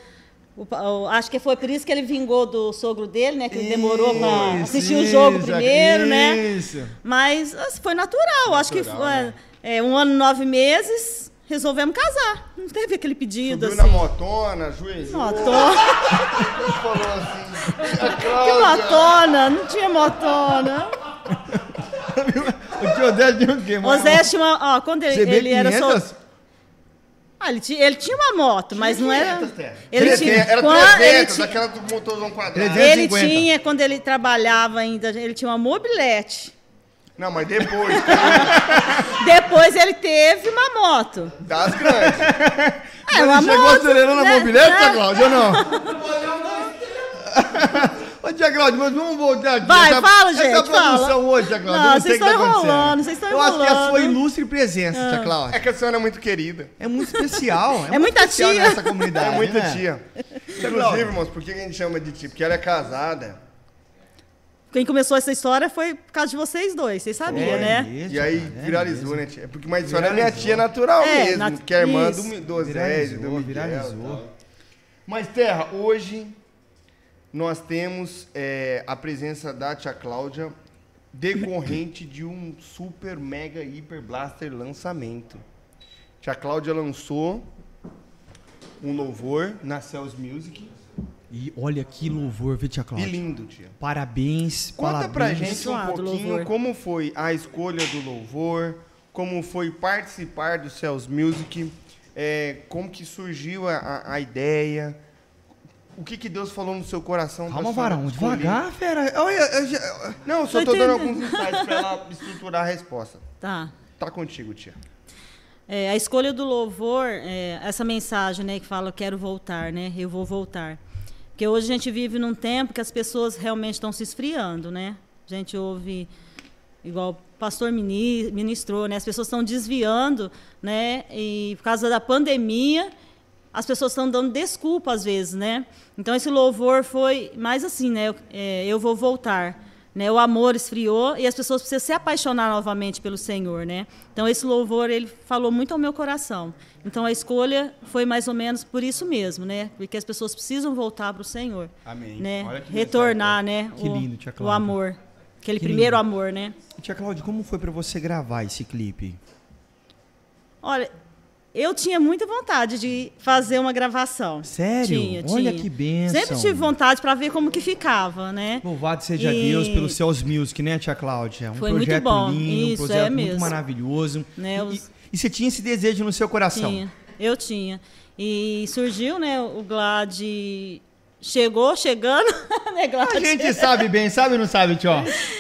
O pa- o- acho que foi por isso que ele vingou do sogro dele, né? Que ele demorou pra
Isso,
assistir o jogo
isso,
primeiro, né?
Isso. né?
Mas assim, foi natural. Acho que foi, é, um ano e nove meses, resolvemos casar. Não teve aquele pedido
Subiu na
assim.
motona, ajoelhou,
Motona, <laughs>
falou assim. Tia
que
Cláudia.
motona, não tinha motona.
O tio Odete tinha o quê?
O Zé tinha uma, ó, quando ele, ele era só.
CB500?
Ah, ele tinha, ele tinha uma moto, mas não era.
500, Terra.
Ele
300,
tinha,
era
quando,
300,
ele, ti-
aquela do motorzão quadrado.
300.
ele
150.
tinha, quando ele trabalhava ainda, ele tinha uma mobilete.
Não, mas depois, <laughs> cara,
Depois ele teve uma moto.
das grandes.
É, né?
Ele
uma
chegou
moto,
acelerando a
<laughs> né?
mobilete, tia
Né?
Cláudia, ou não? Ô, Ô, Tia Cláudia, mas vamos voltar aqui.
Vai, fala, gente,
Essa produção
fala.
hoje, Tia Cláudia.
Não,
eu sei
vocês
o que tá
estão
acontecendo.
enrolando, vocês estão
Eu acho que é a sua
enrolando. Ah.
ilustre presença, Tia Cláudia.
É que a senhora é muito querida.
É muito especial.
É muita
especial
tia.
Nessa
É
comunidade,
muito
né?
tia. Inclusive,
Cláudia.
irmãos, por que a gente chama de tia? Porque ela é casada.
Quem começou essa história foi por causa de vocês dois, vocês sabiam,
É
né?
mesmo,
E aí
cara, é
viralizou,
mesmo.
né, tia? É porque mas a senhora é minha
Viralizou.
tia natural
É,
mesmo,
nat-
que é irmã
isso.
do, do Zé, do
Viralizou,
Miguel. tá?
viralizou.
tal. Mas, Terra, hoje nós temos é, a presença da tia Cláudia decorrente de um super, mega, hiper blaster lançamento. Tia Cláudia lançou um louvor na Cells Music.
E olha que louvor, viu, Tia
E
Cláudia?
lindo, tia.
Parabéns,
Conta
parabéns.
pra gente um
Suado,
pouquinho
louvor.
como foi a escolha do louvor, como foi participar do Cells Music, é, como que surgiu a- a, a ideia, o que que Deus falou no seu coração. pra
Calma,
senhora
varão,
escolher.
devagar, fera. Olha, eu já-
Não, só
Tô
tô dando
entendendo.
alguns insights pra ela estruturar a resposta.
Tá.
Tá contigo, tia.
É, a escolha do louvor, é, essa mensagem né, que fala eu quero voltar, né? Eu vou voltar. Porque hoje a gente vive num tempo que as pessoas realmente estão se esfriando, né? A gente ouve, igual o pastor mini- ministrou, né? As pessoas estão desviando, né? E por causa da pandemia, as pessoas estão dando desculpa às vezes, né? Então esse louvor foi mais assim, né? Eu, é, eu vou voltar. Né, o amor esfriou e as pessoas precisam se apaixonar novamente pelo Senhor, né? Então esse louvor ele falou muito ao meu coração. Então a escolha foi mais ou menos por isso mesmo, né? Porque as pessoas precisam voltar para o Senhor,
Amém.
né?
Olha que
Retornar, né?
Que
o,
lindo, tia
o
Cláudia.
amor, aquele
Que
primeiro
lindo.
amor, né?
Tia Cláudia, como foi pra você gravar esse clipe?
Olha, eu tinha muita vontade de fazer uma gravação.
Sério?
Tinha,
Olha
tinha.
que bênção.
Sempre tive vontade para ver como que ficava, né?
Louvado seja
E-
Deus pelos Céus Music, né, Tia Cláudia? Um
Foi muito
projeto
bom.
lindo,
Isso,
um projeto
é
muito
mesmo.
maravilhoso.
Né,
E-
os-
E, e você tinha esse desejo no seu coração.
Tinha, eu tinha. E surgiu, né, o Glad chegou chegando, <laughs> né, Glad?
A gente sabe bem, sabe ou não
<laughs>
sabe, Tio?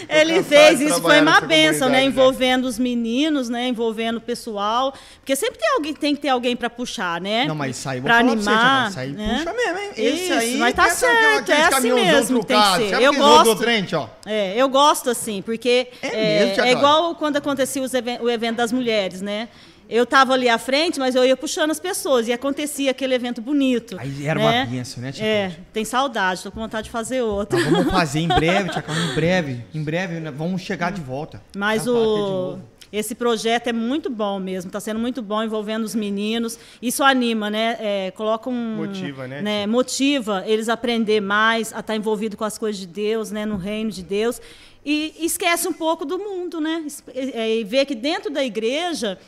Ele
cansado
fez
de
isso, foi
trabalhar
uma benção,
nessa
né?
comunidade, né?
Envolvendo os meninos, né? Envolvendo o pessoal. Porque sempre tem alguém, tem que ter alguém para puxar, né?
Não, mas sai, vou
pra
falar pra você, Tia
animar.
Cláudia, isso aí
né?
puxa mesmo, hein?
Isso,
aí
mas tá
tem aquela- aquela-
certo, é
aqueles
assim
caminhãozão
mesmo que tem que
trucados,
ser.
sabe
Eu
aqueles outros
gosto.
do trem, Tio?
É, eu gosto assim, porque
É
é,
mesmo, Tia
é
Cláudia?
igual quando acontecia os even- o evento das mulheres, né? Eu estava ali à frente, mas eu ia puxando as pessoas e acontecia aquele evento bonito.
Aí era
né?
uma bênção, né, Tia
É,
Cláudia?
tem saudade, estou com vontade de fazer outro.
Nós vamos fazer em breve, Tia Cláudia, em breve. Em breve, né, vamos chegar de volta.
Mas
Pra bater de
o,
novo.
esse projeto é muito bom mesmo, está sendo muito bom envolvendo os meninos. Isso anima, né? É, coloca um.
Motiva, né, tia?
Motiva eles a aprender mais, a estar envolvido com as coisas de Deus, né? No reino de Deus. E esquece um pouco do mundo, né? Es- é, E ver que dentro da igreja.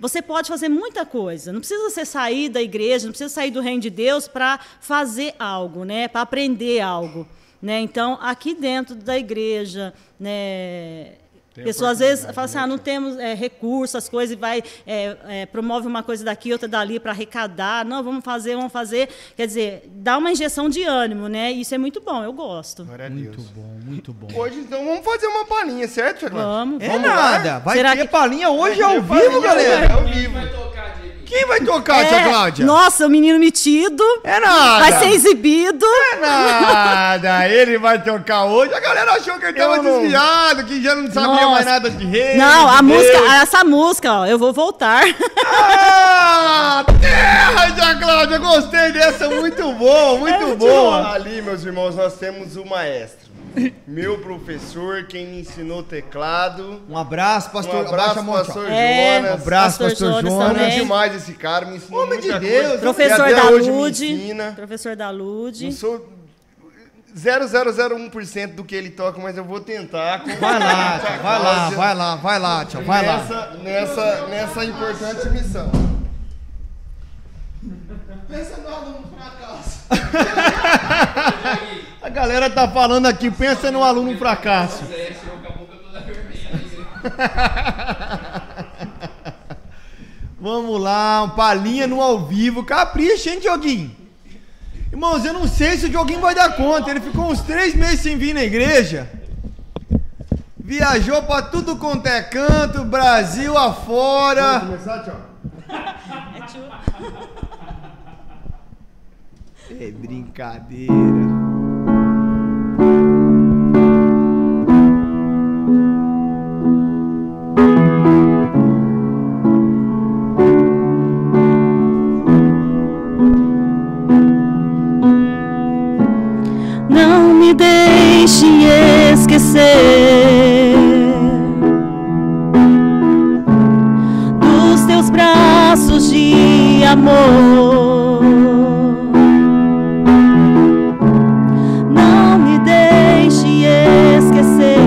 Você pode fazer muita coisa. Não precisa você sair da igreja, não precisa sair do reino de Deus para fazer algo, né? Para aprender algo, né? Então, aqui dentro da igreja, né,
Tem
Pessoas às vezes
oportunidade,
falam
né,
assim, ah, não temos é, recursos, as coisas, e vai, é, é, promove uma coisa daqui, outra dali para arrecadar. Não, vamos fazer, vamos fazer. Quer dizer, dá uma injeção de ânimo, né? Isso é muito bom, eu gosto.
Glória a
Muito
Deus.
bom, muito bom.
Hoje, então, vamos fazer uma palhinha, certo, tia Cláudia?
Vamos,
É
vamos.
nada, vai
Será
ter
que- É,
palinha hoje ao
Vai ter palhinha
vivo, galera.
Ao
Quem
vivo.
vai tocar, Diego?
Quem vai tocar, Tia
né? É,
Cláudia?
Nossa, o menino metido.
É nada.
Vai ser exibido.
Nada, ele vai tocar hoje. A galera achou que ele tava
Eu não-
desviado, que já não sabia
Nossa.
mais nada de rede.
Não, a
de
música,
Deus.
essa música, ó, eu vou voltar.
Ah, terra, Tia Cláudia, gostei dessa. Muito boa, muito
É,
boa.
Boa! É, Ali, meus irmãos, nós temos o maestro. Meu professor, quem me ensinou teclado.
Um abraço,
Um
pastor. abaixa a
abraço,
mão, tchau.
<laughs>
pastor
É.
Jonas.
Um abraço, pastor Jonas.
Amo
também.
demais esse cara, me ensinou
Homem de
muita
Deus,
coisa.
Professor
E até
da
hoje me
Lude.
ensina.
Professor da Lude.
Não sou 0001% do que ele toca, mas eu vou tentar.
Vai lá, tia, vai lá, vai lá, vai lá, tia, vai lá.
nessa, Nessa, nessa importante missão.
A galera tá falando aqui, pensa no aluno fracasso.
Zé, chegou com a boca toda vermelha.
Vamos lá, um palhinha no ao vivo. Capricha, hein, Dioguinho? Irmãos, eu não sei se o Dioguinho vai dar conta. Ele ficou uns três meses sem vir na igreja. Viajou pra tudo quanto é canto, Brasil afora.
Começar, tchau.
É
É brincadeira.
não me deixe esquecer dos teus braços de amor. Não me deixe esquecer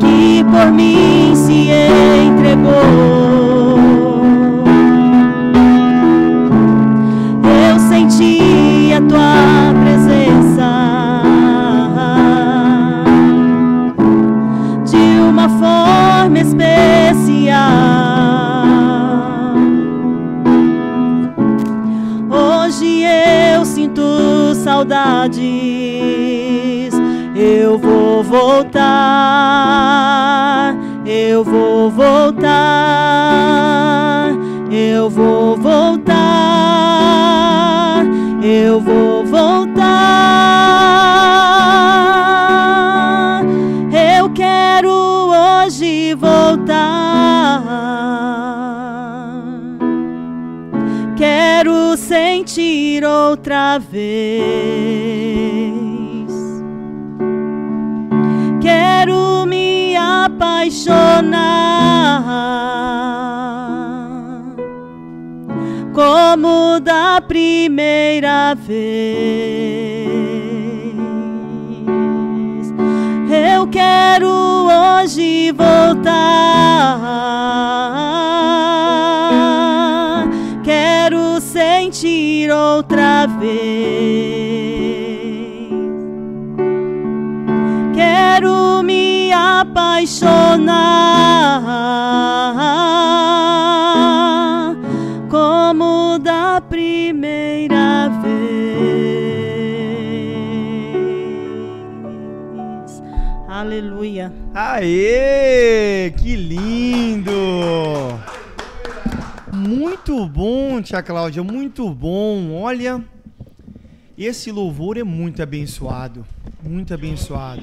que por mim se entregou. Eu senti a tua presença de uma forma especial. Hoje eu sinto saudades. Eu vou voltar. Eu vou voltar. Eu vou voltar. Eu vou voltar. Eu quero hoje voltar. Quero sentir outra vez. Quero me apaixonar como da primeira vez. Eu quero hoje voltar. Quero sentir outra vez. Quero me apaixonar como da primeira vez. Aleluia.
Aê! Que lindo! Muito bom, tia Cláudia, muito bom. Olha, esse louvor é muito abençoado. Muito abençoado.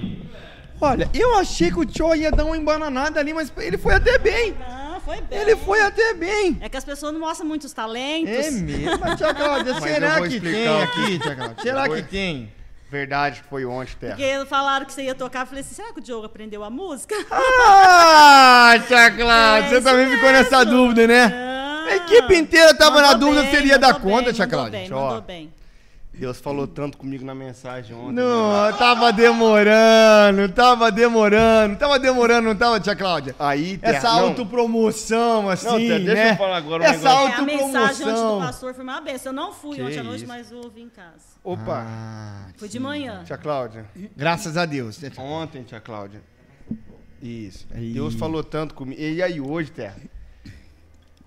Olha, eu achei que o Tio ia dar uma embananada ali, mas ele foi até bem.
Ah, foi bem.
Ele foi até bem.
É que as pessoas não mostram muitos talentos.
É mesmo, mas, tia Cláudia,
Mas eu
será
vou
que
explicar
tem
aqui.
aqui, tia Cláudia? Será que
Oi?
tem?
Verdade, foi ontem, Terra.
Porque falaram que você ia tocar, eu falei assim, será que o Diogo aprendeu a música? <laughs>
Ah, tia Cláudia,
É
você
isso
também ficou nessa
mesmo.
dúvida, né?
Ah,
A equipe inteira tava na
mandou
dúvida
bem,
se ele ia dar
mandou
conta,
bem,
tia
mandou
Cláudia.
bem,
Ó.
mandou bem.
Deus falou tanto comigo na mensagem ontem. né?
Não, tava demorando, tava demorando, tava demorando, não tava, tia Cláudia?
Aí, Terra,
Essa
não.
autopromoção, assim,
Não, Tia, deixa
né?
eu falar agora um
Essa
negócio.
É, a mensagem antes do
autopromoção.
pastor foi uma benção. Eu não fui
Que
ontem à noite,
isso.
mas ouvi em casa.
Opa,
Ah,
Fui de manhã.
<laughs>
tia Cláudia.
graças a Deus. né, tia?
Ontem, tia Cláudia. Isso.
Aí.
Deus falou tanto comigo. E aí, hoje, Terra?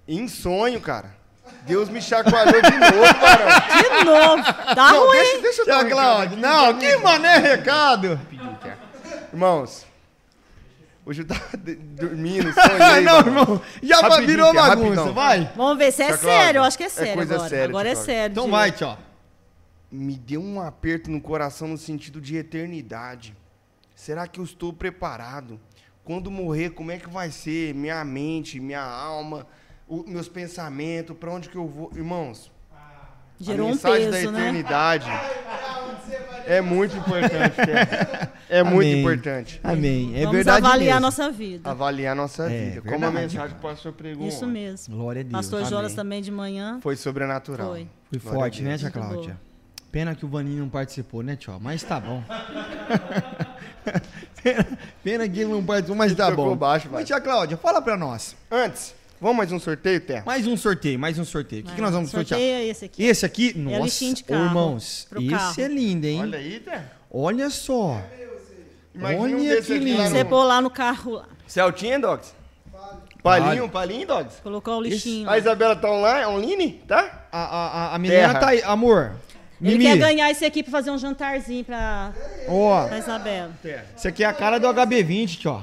Em sonho, cara. Deus me chacoalhou de novo, varão.
<laughs> De novo. Tá
Não,
ruim.
deixa, deixa eu dar um
Tia Cláudia, não, que mané recado.
recado, Terra. Irmãos, hoje eu tava de-
<laughs>
dormindo,
Ah,
sonhei.
não,
varão.
irmão, já
Rapidinho,
virou
tia,
bagunça,
rapidão.
vai.
Vamos ver se é
Tia Cláudia,
sério. Eu acho que é
é
sério
coisa
agora.
séria,
agora é
tia Cláudia.
sério.
Então
Diogo.
vai, tio.
me deu um aperto no coração no sentido de eternidade. Será que eu estou preparado? Quando morrer, como é que vai ser minha mente, minha alma, o- meus pensamentos, para onde que eu vou? Irmãos,
Gerou
a
um
mensagem
peso,
da
né?
eternidade é muito importante. cara. É muito
Amém.
importante.
Amém, é
Vamos
verdade
avaliar
mesmo.
a nossa vida.
Avaliar a nossa
É,
vida. Como a
verdade,
mensagem
cara.
que o pastor pregou
Isso
ontem.
mesmo.
Glória a Deus.
Pastor
amém.
Jonas também de manhã.
Foi sobrenatural.
Foi.
Foi
Glória a
forte, né,
Deus.
tia
Muito
Cláudia?
boa.
Pena que o Vaninho não participou, né, tio? Mas tá
<laughs>
bom. Pena que ele não participou, mas tá
tocou
bom.
baixo, vai.
mas, tia Cláudia, fala pra nós.
Antes, vamos mais um sorteio, Terra?
Mais um sorteio, mais um sorteio. O que, que nós vamos sortear?
Sorteia esse aqui.
Esse aqui,
É
nossa,
lixinho de
ô,
carro,
irmãos,
pro
esse
carro.
é lindo, hein?
Olha
Olha,
aí, Terra.
só.
Imagina
Olha
um desse
que
aqui
lindo.
lá no-
Você pôr lá no carro, lá.
Celtinha, é Dogs? Palinho, palinho, Dogs?
colocou o lixinho. lá.
A Isabela tá online, online, tá?
A, a, a, a menina
Terra.
tá aí, amor.
Ele
Mimi,
quer ganhar esse aqui pra fazer um jantarzinho pra,
ó,
pra Isabela.
isso aqui é a cara do HB20,
Ah.
tio.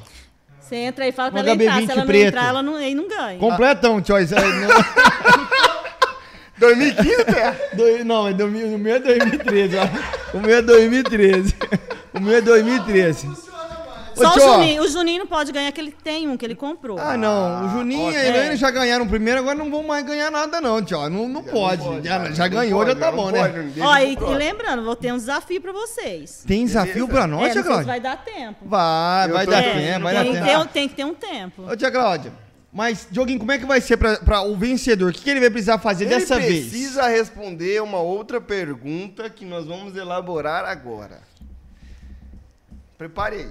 Você entra aí e fala pra
Um
ela entrar. Se
HB20
ela não
preto.
entrar, ela não, aí não ganha.
Completão, tio. Isso aí não-
2015, <laughs> Terra?
Doi- Não, é dois mil- o meu é 2013. ó. O meu é 2013. O meu é 2013.
Só o
tio.
Juninho. O Juninho não pode ganhar, que ele tem um que ele comprou.
Ah, não. O Juninho e a
ok.
Elaine já ganharam primeiro, agora não vão mais ganhar nada, não, tio. Não, não pode. Já, já ganhou, já tá bom, né?
Ó, e, e lembrando, vou ter um desafio pra vocês.
Tem desafio pra
É, não sei
nós, tia
se
Cláudia?
vai dar tempo.
Vai,
Eu
vai
tô-
dar
É,
tempo, vai dar
tem, que ter, um-
tempo.
tem que ter um tempo.
Ô, tia Cláudia, mas, Dioguinho, como é que vai ser pra, pra o vencedor? O que, que ele vai precisar fazer
Ele
dessa vez?
precisa responder uma outra pergunta que nós vamos elaborar agora. Prepare aí.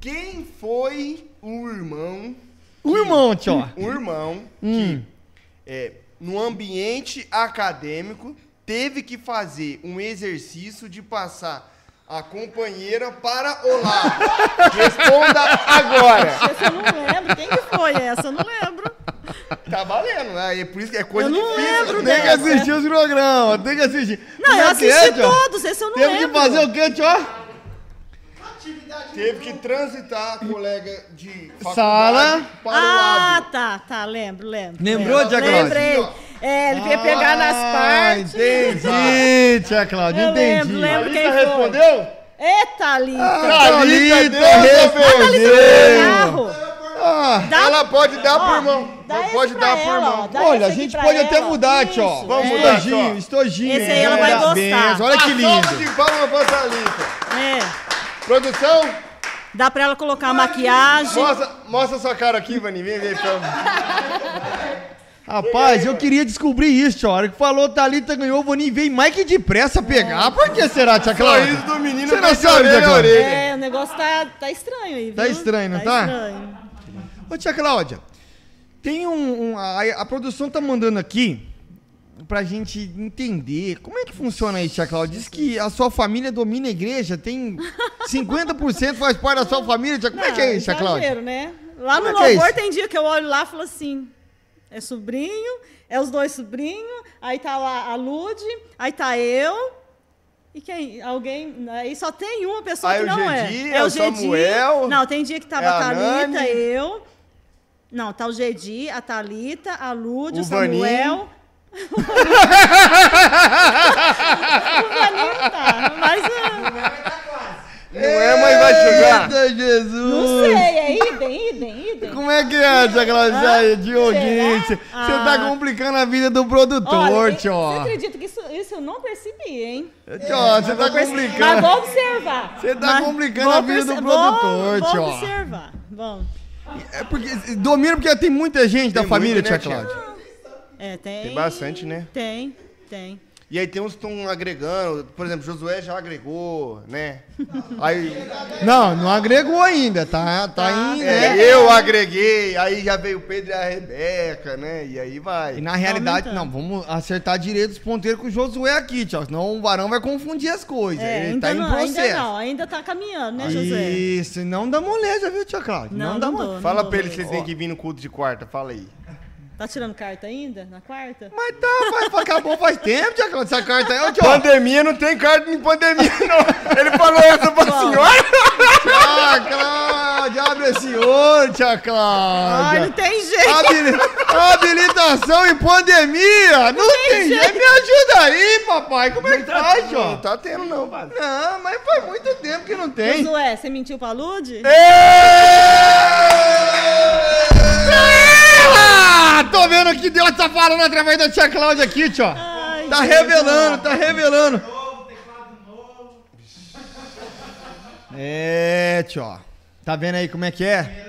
Quem foi o irmão,
O irmão, tio.
o irmão
Hum.
é, no ambiente acadêmico teve que fazer um exercício de passar a companheira para o lado? <laughs> Responda agora.
Essa eu não lembro. Quem que foi essa? Eu não lembro.
Tá valendo, né? É por isso que é coisa
Eu não
difícil. né?
lembro
Tem que
dela.
assistir os programas, tem que assistir.
Não, eu
Como é que é,
assisti
tio?
todos. Esse eu não
Temos
lembro. Tá
que fazer o quê, tio?
Teve que transitar a colega de faculdade
Sala.
para o
Ah,
lado.
tá, tá, lembro, lembro.
Lembrou, Ah,
lembro,
Tia Cláudia?
Lembrei. É, ele ia pegar nas partes. <laughs>
Entendi, tia Cláudia,
Eu
entendi. Ah,
lembro, lembro.
Thalita
quem foi.
respondeu?
Eita, ali.
Thalita
Thalita respondeu.
respondeu.
carro.
Ah,
Dá-
Ela pode dar
Ó,
por mão.
dá esse
pode
pra
dar por
ela, ó,
mão.
dá esse
olha, a
aqui
gente
pra
pode
ela.
até mudar, tio.
Isso,
Vamos
é.
mudar.
Estojinho,
tio.
estojinho.
Esse aí ela
é.
vai
Parabéns,
gostar.
Olha que
Uma Salva
lindo.
de palmas pra Thalita.
É,
Produção,
dá pra ela colocar a maquiagem.
mostra, mostra sua cara aqui, Vani. Vem, vem, pra...
Rapaz, eu queria descobrir isso, tio. A hora que falou Thalita ganhou, eu vou nem ver mais que depressa pegar. Por que será, tia Cláudia?
Sorriso do menino
Você
vai
não
de
sabe,
orelha
tia
a
Cláudia.
orelha.
É, o negócio tá, tá estranho aí, viu?
Tá estranho, não tá?
estranho.
Ô, tia Cláudia, tem um. um- a, a produção tá mandando aqui pra gente entender como é que funciona isso, tia Cláudia. Diz que a sua família domina a
<laughs>
igreja, tem 50% faz parte da sua família. Tia, como é que é isso, tia Cláudia?
exagero, né? Lá no
Como é que é
louvor
isso?
tem dia que eu olho lá e falo assim, é sobrinho, é os dois sobrinhos, aí tá lá a Lude, aí tá eu, e quem? Alguém? Aí só tem uma
Ah,
pessoa
Aí
que
o
não
Gedi,
é.
é o Samuel,
Não, tem dia que tava
é a
a Thalita,
Nani.
eu... Não, tá o Gedi, a Thalita, a Lude,
O
o,
<laughs>
Samuel... o Vaninho tá, mas... ah,
Não é, mas vai chegar.
Eita, Jesus!
Não sei, é idem, idem, idem.
Como é que é, tia Cláudia?
Hã?
Aí, Dioguinho,
Ah, Será?
você tá
Ah.
complicando a vida do produtor,
Olha,
tio.
Você acredita que isso, isso eu não percebi, hein?
Tio, você tá
Mas
complicando.
vou observar.
Você tá
Mas
complicando
vou
a vida do
perce-
produtor,
vou,
tio.
Vou observar. Bom,
É porque, domina porque tem muita gente da
Tem
família,
muito, né,
tia Cláudia.
é, tem...
Tem bastante, né?
Tem, tem.
E aí tem uns que estão agregando. Por exemplo, Josué já agregou, né? Aí
Não, não agregou ainda, tá, tá em,
É,
né?
eu agreguei, aí já veio o Pedro e a Rebeca, né? E aí vai.
E na realidade,
Tá aumentando.
não, vamos acertar direito os ponteiros com o Josué aqui, tio. Senão o Varão vai confundir as coisas.
É,
Ele tá em
não,
processo.
ainda não, ainda tá caminhando, né, José?
Isso, não dá moleza, viu, tia Cláudia?
Não,
dá
não
moleza.
dou.
Fala
Não,
pra ele
não.
que vocês têm que vir no culto de quarta, fala aí.
Tá tirando carta ainda? Na quarta?
Mas tá, vai, acabou faz tempo, tia Cláudia. Essa carta aí, ô, tio.
Pandemia não tem carta em pandemia, não. Ele falou essa
Bom.
pra
Tia Cláudia, Ah, abre esse olho, tia Cláudia.
Ai, não tem jeito.
Habili- Habilitação em pandemia! Não, tem
tem
jeito! Me ajuda aí, papai! Como é que faz, ó?
Não tá tendo, não, mano.
Não, mas faz muito tempo que não tem.
Josué, você mentiu pra Lude?
É, Ah, Tô vendo que Deus tá falando através da tia Cláudia aqui, tio.
Ai,
Tá
Jesus.
revelando, tá revelando. É, tio. Tá vendo aí como é que é?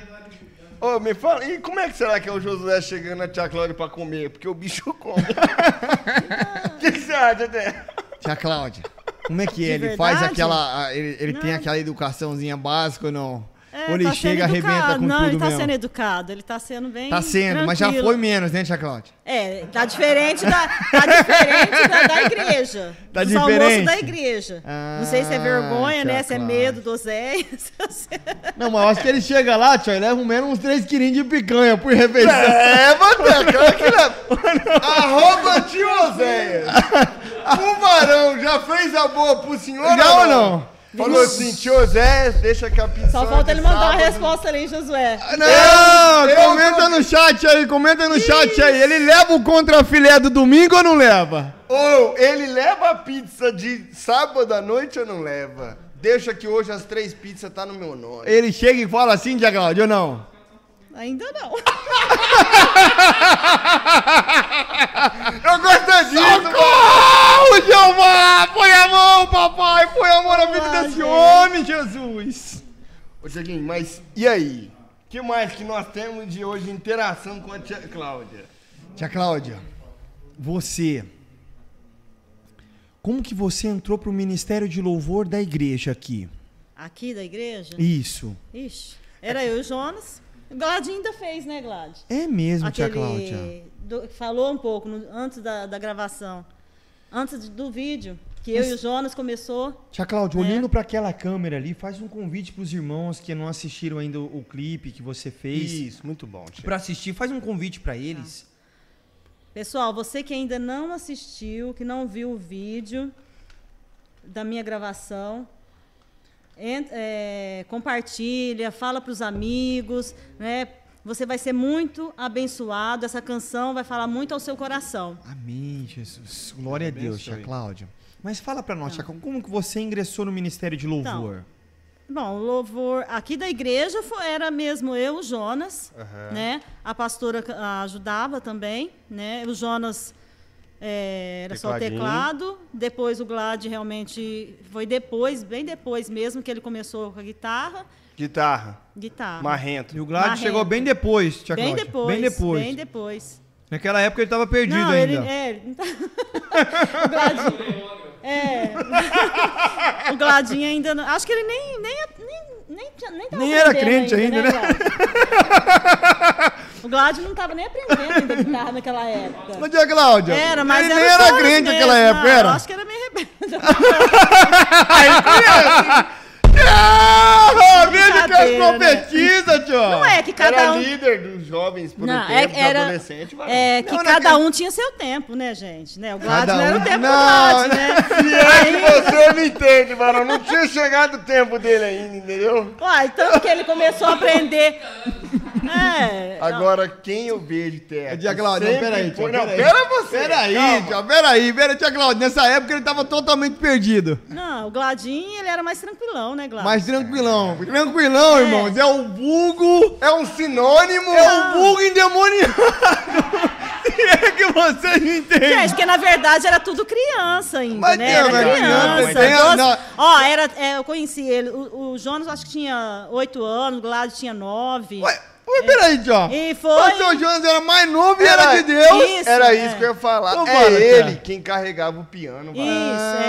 Ô, me fala, e como é que será que é o Josué chegando na tia Cláudia pra comer? Porque o bicho come. <laughs> O que, que você acha, Té?
Tia Cláudia, como é que
<laughs>
é?
De
Ele
verdade?
faz aquela. ah, Ele, ele tem
Não.
aquela educaçãozinha básica ou não?
É,
ou ele
tá sendo
chega e arrebenta
educado.
com
Não,
tudo
ele tá
mesmo?
sendo educado, ele tá sendo bem
Tá sendo, mas já
tranquilo.
foi menos, né, Tia Cláudia?
É, tá diferente da, tá diferente da, da igreja.
Tá
dos almoços da
diferente?
igreja.
Ah,
não sei se é vergonha,
tá,
né? Se é
claro.
medo do Zé. <laughs> se é-
Não, mas eu acho que ele chega lá, tio, ele leva menos uns 3 quilinhos de picanha por refeição.
É, mano, cara que
<laughs>
leva. Arroba tio Oséias. O varão já fez a boa pro senhor
Já ou não?
Falou assim, tio Oséias, deixa que a pizza.
Só falta ele mandar
né?
uma resposta ali, Josué.
Não,
Eu- eu
comenta no chat aí, comenta no chat aí. Ele leva o contrafilé do domingo ou não leva?
Ou ele leva a pizza de sábado à noite ou não leva? Deixa que hoje as três pizzas tá no meu nome.
Ele chega e fala assim, Tia Cláudia, ou não?
Ainda não.
Eu gostei disso!
Socorro, Jeová! Põe a mão, papai! Põe a mão na
Ah,
vida desse
gente.
homem, Jesus!
Ô, Tiaguinho, mas e aí? O que mais que nós temos de hoje? Interação com a tia Cláudia.
Tia Cláudia, você. Como que você entrou pro Ministério de Louvor da igreja aqui?
Aqui da igreja?
Isso.
Ixi, era eu e o Jonas. Glad ainda fez, né, Glad?
É mesmo, Tia Cláudia.
Aquele do- que falou um pouco no- antes da, da gravação, antes de- do vídeo, que eu e o Jonas começou.
Tia Cláudia,
É.
olhando pra aquela câmera ali, faz um convite pros irmãos que não assistiram ainda o o clipe que você fez.
muito bom, tia.
Pra assistir, faz um convite pra eles.
Pessoal, você que ainda não assistiu, que não viu o vídeo da minha gravação, ent- é, compartilha, fala para os amigos, né? Você vai ser muito abençoado. Essa canção vai falar muito ao seu coração.
Amém, Jesus. Glória a Deus, Tia Cláudia. Mas fala pra nós, Tia Cláudia, como que você ingressou no Ministério de
Então,
Louvor?
Bom, o louvor aqui da igreja foi, era mesmo eu, o Jonas, né? A pastora ah, ajudava também, né? O Jonas eh, era só
Tecladinho.
teclado, depois o Glad realmente foi depois, bem depois mesmo que ele começou com a guitarra,
Guitarra,
guitarra.
marrento.
E o Gladys
Marrento.
chegou bem depois, Tia
Bem
Cláudia.
depois,
Bem depois.
bem depois.
Naquela época ele tava perdido
Não,
ainda.
ele, é, ele não tá- <laughs> o Gladinho. É. <laughs> o Gladinho ainda não. Acho que ele nem. Nem, nem, nem, tinha- nem, tava
Nem era
aprendendo
crente ainda, né? <laughs>
Gladinho? o Gladinho não estava nem aprendendo ainda guitarra naquela época.
Mas, Tia Cláudia,
Era, mas
ele
era
nem
o
era
Jonas
crente
mesmo.
naquela época,
Ah, eu
era?
Acho que era meio rebelde.
Ah, veja que as
Brincadeira, né?
profetizas, tio.
Não é que cada
Era
um.
líder dos jovens por
Não,
um
é-
tempo, dos
era,
adolescente, vai.
é que
Não, né,
cada
cara?
um tinha seu tempo, né, gente? Né? O
Cada
Gladys não era
um-
o tempo
Não,
do Gladys, né?
é Você me entende, varão. Não tinha chegado o tempo dele ainda, entendeu?
Uai, tanto que ele começou a
<laughs>
aprender. É, não,
Agora, quem eu vejo, Teco?
Tia Cláudia, É, não,
sempre
peraí, tia,
foi- Não,
peraí.
pera você.
Peraí,
calma.
tia, peraí, pera, tia Cláudia. Nessa época ele tava totalmente perdido.
Não, o Gladinho, ele era mais tranquilão, né, Gladys?
Mas tranquilão, tranquilão, irmãos. É o vulgo,
É um sinônimo.
é
um-
o vulgo endemoniado. <laughs> Se é que vocês me
Gente,
entendem.
porque na verdade era tudo criança ainda,
Mas
né?
tem
Era
uma
criança.
criança, tem a-
doze-
não.
Ó, era, é, eu conheci ele. O, o Jonas acho que tinha oito anos, o Gladys tinha nove.
Ué, ué, peraí, tia.
E
O
foi.
seu Jonas era mais novo e
Era-
era de Deus.
Isso,
Era
é.
isso que eu ia falar.
Então
é
bora,
ele
cara.
quem carregava o piano,
Isso,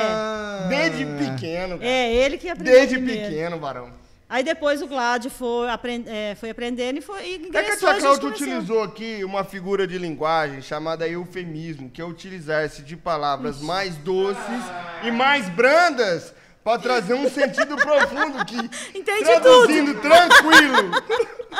varão.
Ah.
Desde pequeno, cara.
é. É, ele que aprendeu.
ah, Desde
primeiro.
pequeno, varão.
Aí depois o Gladys foi, apren- é, foi aprendendo e foi. E
É que
ingressou,
a tia
gente
Cláudia
começou.
utilizou aqui uma figura de linguagem chamada eufemismo, que é utilizar-se de palavras mais doces e mais brandas para trazer um
<laughs>
sentido profundo que,
Entendi
traduzindo tranquilo,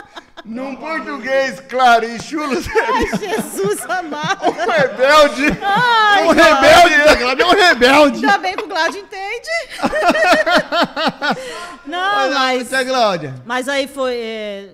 <laughs>
num português claro e chulo, <laughs> seria
Ai,
<laughs>
Jesus amado.
um rebelde.
Ai,
Um rebelde, tia Cláudia, é um rebelde.
Ainda bem que o Gladys entende.
é
Não, mas,
Tia Cláudia.
mas aí foi. é,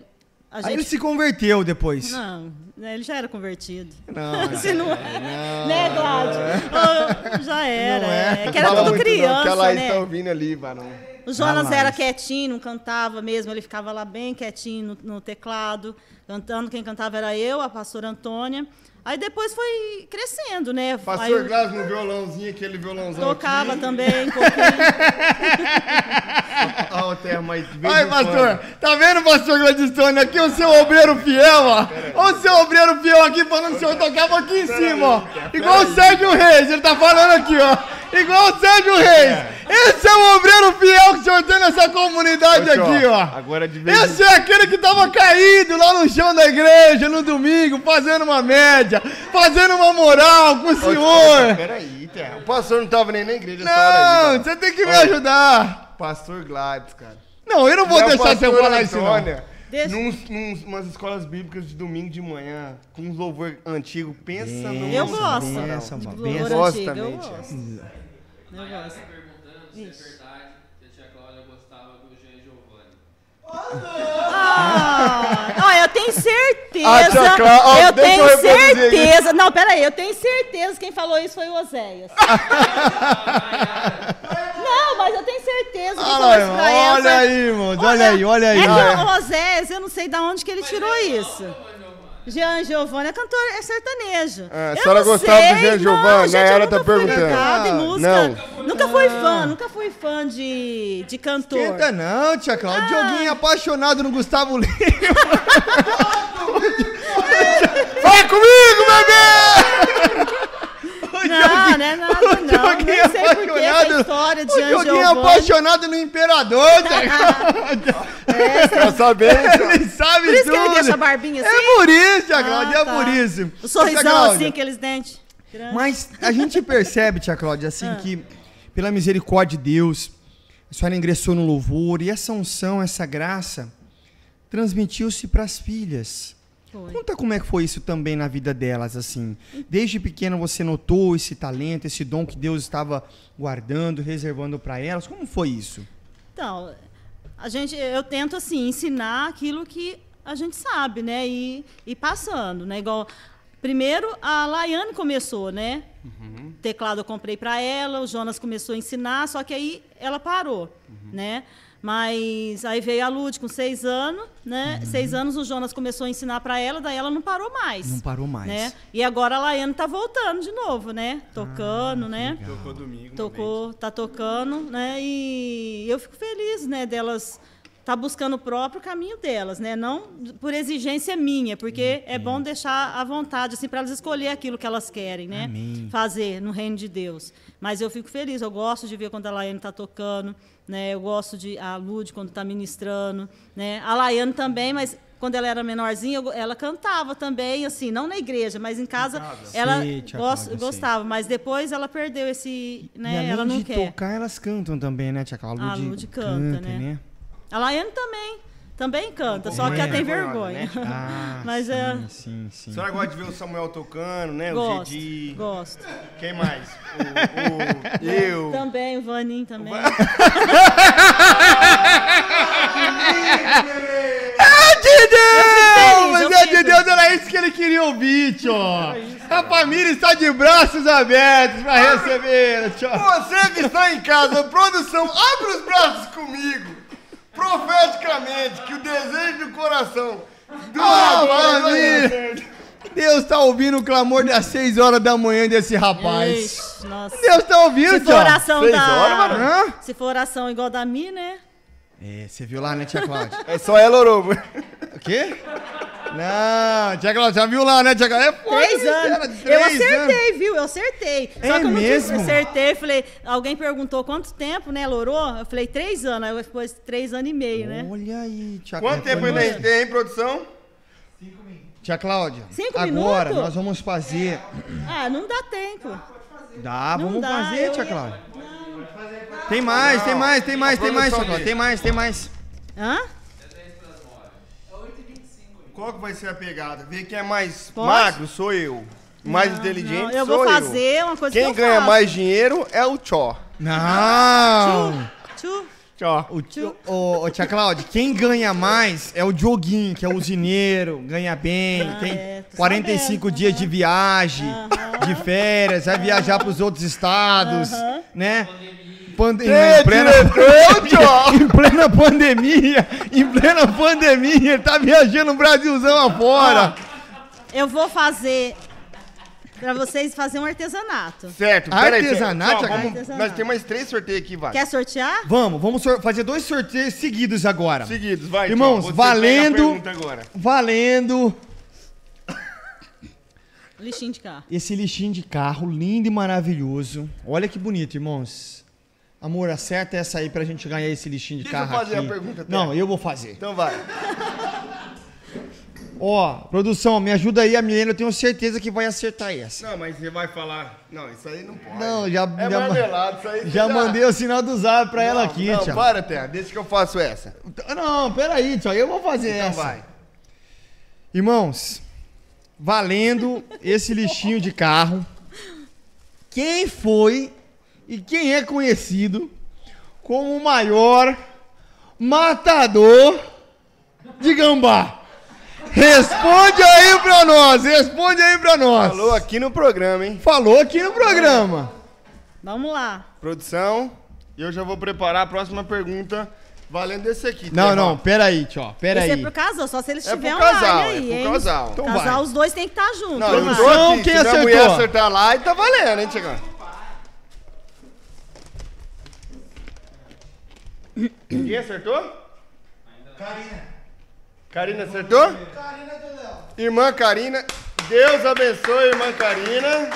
a
Aí ele
gente.
se converteu depois.
Não, né, ele já era convertido. <laughs>
Não,
Se não é. Né, Gladys? Ô, já era.
Não é.
é. que era
Fala
tudo
muito não, que
criança,
ela então-
né?
está ouvindo ali, varão.
O Jonas
Vai lá,
era
isso.
quietinho, não cantava mesmo, ele ficava lá bem quietinho no, no teclado, cantando. Quem cantava era eu, a pastora Antônia. Aí depois foi crescendo, né? Aí
Pastor
eu
Glas no violãozinho, aquele violãozão
tocava
aqui.
também, um pouquinho.
Ó, o termo aí. de vez
Ai,
em
pastor,
quando.
tá vendo, pastor Gladstone? Aqui é o seu obreiro fiel, ó. Olha o seu obreiro fiel aqui falando que o senhor tocava aqui em cima, ó. Igual o Sérgio Reis, ele tá falando aqui, ó. Igual o Sérgio Reis. Esse é o obreiro fiel que o senhor tem nessa comunidade
Ô, tio,
aqui, ó.
Agora de vez em
Esse é aquele que tava caído lá no chão da igreja no domingo, fazendo uma média, fazendo uma moral com o senhor.
Peraí, Terra. O pastor não tava nem na igreja essa hora aí,
Não,
cara.
você tem que me ajudar.
Pastor Gladys, cara.
Não, eu não vou
E a
deixar você
pastora
falar isso, não.
Antônia,
Deixa-
Nuns, nuns, umas escolas bíblicas de domingo de manhã, com uns louvor antigo, pensa no.
Eu gosto.
né?
benção,
de
mano.
louvor
é, Benção.
antigo, eu
Gosto
gosto. Eu gosto.
tá Perguntando se é verdade que a tia Cláudia gostava do Jean Giovanni.
Ah, ó, eu tenho
Ah,
certeza.
tia Clá- ó,
eu
deixa
tenho
eu reproduzir aqui.
certeza. Não, peraí, eu tenho certeza. Quem
<laughs>
falou isso foi o Oséias. Não, mas eu tenho certeza que
Fala,
isso
irmão.
pra ela.
Olha
sabe?
aí, irmão. Olha aí, olha aí.
É que
Ah,
o Osés, eu não sei de onde que ele tirou isso. Jean Giovanni é cantor, é sertanejo.
Ah, a
Eu
senhora
não
gostava do
sei,
Jean
não,
Giovanni?
gente,
A
eu
Yara
nunca
tá
fui
perguntando.
ligada em
Ah,
música. Nunca fui fã, nunca fui fã de, de cantor.
Esquenta não, tia
Ah.
Cláudia. O Dioguinho é apaixonado no
<laughs>
Gustavo Lima.
Vai comigo, bebê!
Não, não é nada, não. Nem sei por que essa história de
o
Jean
Dioguinho é
Giovanni.
apaixonado no Imperador,
<laughs>
tia
Pra saber,
Cláudia. Ele sabe
Por isso que ele
tudo.
deixa a barbinha assim?
É por isso, tia
Ah,
Cláudia. É
tá.
por isso.
O
Tia
sorrisão
Cláudia,
assim, aqueles dentes. grandes.
Mas a gente percebe, tia Cláudia, assim,
Ah.
que pela misericórdia de Deus, a senhora ingressou no louvor e essa unção, essa graça, transmitiu-se para as filhas.
Foi.
Conta como é que foi isso também na vida delas, assim. Desde pequena você notou esse talento, esse dom que Deus estava guardando, reservando para elas. Como foi isso?
Então, a gente, eu tento assim ensinar aquilo que a gente sabe, né? E, e passando, né? Igual primeiro a Laiane começou, né?
Uhum.
Teclado eu comprei para ela, o Jonas começou a ensinar, só que aí ela parou,
Uhum.
né? Mas aí veio a Lud com seis anos, né?
Uhum.
Seis anos o Jonas começou a ensinar para ela, daí ela não parou mais.
Não parou mais. Ah,
Né? E agora a Laiane tá voltando de novo, né? Tocando, né?
Tocou domingo.
tocou, tá tocando, né? E eu fico feliz, né, delas tá buscando o próprio caminho delas, né? Não por exigência minha, porque
Uhum.
é bom deixar à vontade assim para elas escolher aquilo que elas querem, né?
Amém.
Fazer no reino de Deus. Mas eu fico feliz, eu gosto de ver quando a Laiane tá tocando, né? Eu gosto de a Lud quando tá ministrando, né? A Laiane também, mas quando ela era menorzinha, eu go- ela cantava também, assim, não na igreja, mas em casa, ela
Sim, tia
gos-
Cláudia, sim.
gostava, mas depois ela perdeu esse,
e
né?
além
Ela não
de
quer. Ah,
tocar, elas cantam também, né, tia Cláudia?
A
Lud
Lud canta, né? A Laiane também. Também canta, só
Vergonha,
que ela tem
vergonhosa,
<laughs> vergonha.
é. Ah,
Mas
sim,
é.
sim, sim.
A senhora gosta de ver o Samuel tocando, né? o
É
Gosto.
Gedi.
Gosto.
Quem mais?
<laughs>
O, o- eu.
Também, o Vaninho também.
É de Deus!
Eu
Mas
fico
é de
feliz, eu
Deus, era isso que ele queria ouvir, tio! A família está de braços abertos pra
Ah.
receber, tio!
Você que está em casa, produção, abre os braços comigo. Profeticamente, que o desejo do coração do é
Ah,
rapaz vai
família.
dar certo.
Deus tá ouvindo o clamor das 6 horas da manhã desse rapaz!
Ixi, nossa.
Deus tá ouvindo,
Se for
tio!
oração
Seis
da.
horas, mano?
Hã?
Se for oração igual da minha, né?
É, você viu lá, né, tia Cláudia?
É só ela orou.
O quê? Não, tia Cláudia, já viu lá, né, tia Cláudia? É foda,
Três
né, cara?
anos.
Três
eu acertei, viu? Eu acertei. Só
É
que eu não disse-
mesmo?
acertei, falei, alguém perguntou quanto tempo, né, ela orou? Eu falei, três anos. Aí depois três anos e meio, né?
Olha aí, tia
Quanto
Cláudia,
tempo ainda a
foi-
gente tem, hein, produção?
Tia Cláudia,
Cinco
agora
minutos?
nós vamos fazer...
Ah, não dá tempo.
Dá,
Não
vamos
dá,
fazer,
eu
tia
ia-
Cláudia. Tem mais, tem mais, tem mais, tem mais, tia
produção
Cláudia.
dele.
Tem mais, tem mais.
Hã?
Qual que vai ser a pegada? Ver quem é mais
Pode?
magro sou eu. Mais
Não,
inteligente
não, eu
sou
vou fazer uma coisa
Quem
que eu
ganha
faço.
mais dinheiro é o Tchó.
Não!
Tchu.
Tchó.
O, tio- ô, ô, tia Cláudia, quem ganha mais é o Dioguinho, que é usineiro, ganha bem,
Ah,
tem
é, tô
45
sabendo,
dias de viagem, de férias, vai viajar pros outros estados,
Aham.
né? Pande-
É,
em, plena,
diretor, Tchó.
<laughs> em plena pandemia, em plena pandemia, ele tá viajando o Brasilzão afora.
Eu vou fazer pra vocês fazer um artesanato.
Certo, peraí.
Artesanato,
Tchó,
Thiago?
vamos-
Artesanato.
Nós temos mais três sorteios aqui, vai.
Quer sortear?
Vamos, vamos sor- fazer dois sorteios seguidos agora.
Seguidos, vai. Tchó.
Irmãos,
Você pega a
valendo-
pergunta agora.
Valendo
Lixinho de carro.
Esse lixinho de carro lindo e maravilhoso. Olha que bonito, irmãos. Amor, acerta essa aí pra gente ganhar esse lixinho de
Deixa eu
carro
fazer
aqui.
a pergunta, Theo.
Não, eu vou fazer.
Então vai.
Ó, produção, me ajuda aí, a Milena, eu tenho certeza que vai acertar essa.
Não, mas você vai falar. Não, isso aí não pode.
Não, já,
É
já,
marmelada, isso aí. você
já mandei o sinal do zap pra ela aqui,
Não,
tia.
para, Terra. Deixa que eu faço essa.
Não, peraí, tia, eu vou fazer
Então
essa.
vai.
Irmãos, valendo esse lixinho de carro. Quem foi e quem é conhecido como o maior matador de gambá? Responde aí pra nós, responde aí pra nós.
Falou aqui no programa, hein?
Falou aqui no programa.
Vamos lá.
Produção. E eu já vou preparar a próxima pergunta valendo esse aqui.
Não,
Terra.
não, peraí, tio, peraí.
Esse é pro casal, só se eles
É pro
tiverem um
casal,
lar aí,
é pro
hein?
casal.
Então
casal,
vai.
os dois têm que estar juntos.
Não, eu
né?
tô
Não,
aqui.
quem
Se minha
acertou?
mulher acertar lá, e tá valendo, hein, Tiagão? Ninguém acertou?
Karina.
Karina acertou?
Karina do Léo.
Irmã Karina. Deus abençoe, irmã Karina.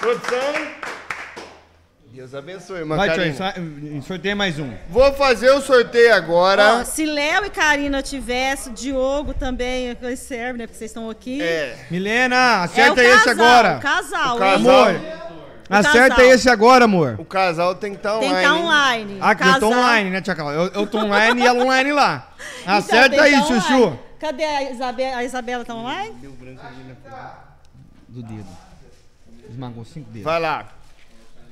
Produção.
Deus abençoe, irmã
Vai,
Karina.
tio, só- sorteia mais um.
Vou fazer o sorteio
Ó,
agora.
se Léo e Karina tivesse, Diogo também, que serve, né? Porque vocês estão aqui.
É.
Milena,
É o
acerta
casal,
esse agora.
O casal,
O
hein?
casal.
Amor,
O casal.
acerta esse agora, amor.
O casal tem que estar
Tem que
é
estar
online. hein?
online.
Ah, que eu tô
Casal. <laughs>
online, né, Tia Carol? Eu, eu tô online e ela online lá.
Então,
Acerta
tem que
aí,
tá
Chuchu.
online. Cadê a Isabela? A Isabela tá online?
Do dedo. Esmagou cinco dedos.
Vai lá.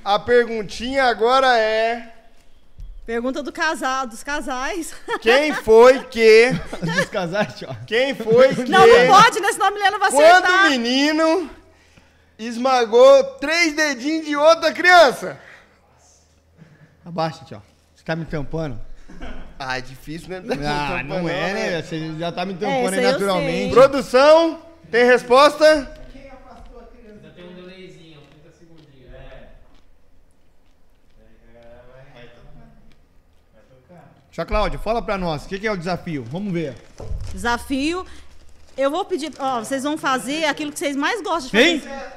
A perguntinha agora é:
Pergunta do casal, dos casais. <laughs>
quem foi que.
Descasar, tio.
Quem foi que.
Não, não pode, né? Senão a Milena vai
Quando
acertar.
o menino esmagou três dedinhos de outra criança.
Abaixa, tio. Você tá me tampando?
Ah, é difícil, né?
Ah, não é, né? Você já tá me tampando
isso
aí
aí eu
naturalmente.
sei.
Produção, tem resposta?
Ainda tem um delayzinho, 30 segundinhos. É.
Tia Cláudia, fala pra nós, o que, que é o desafio? Vamos ver.
Desafio. Eu vou pedir, ó, vocês vão fazer aquilo que vocês mais gostam de fazer.
Hein?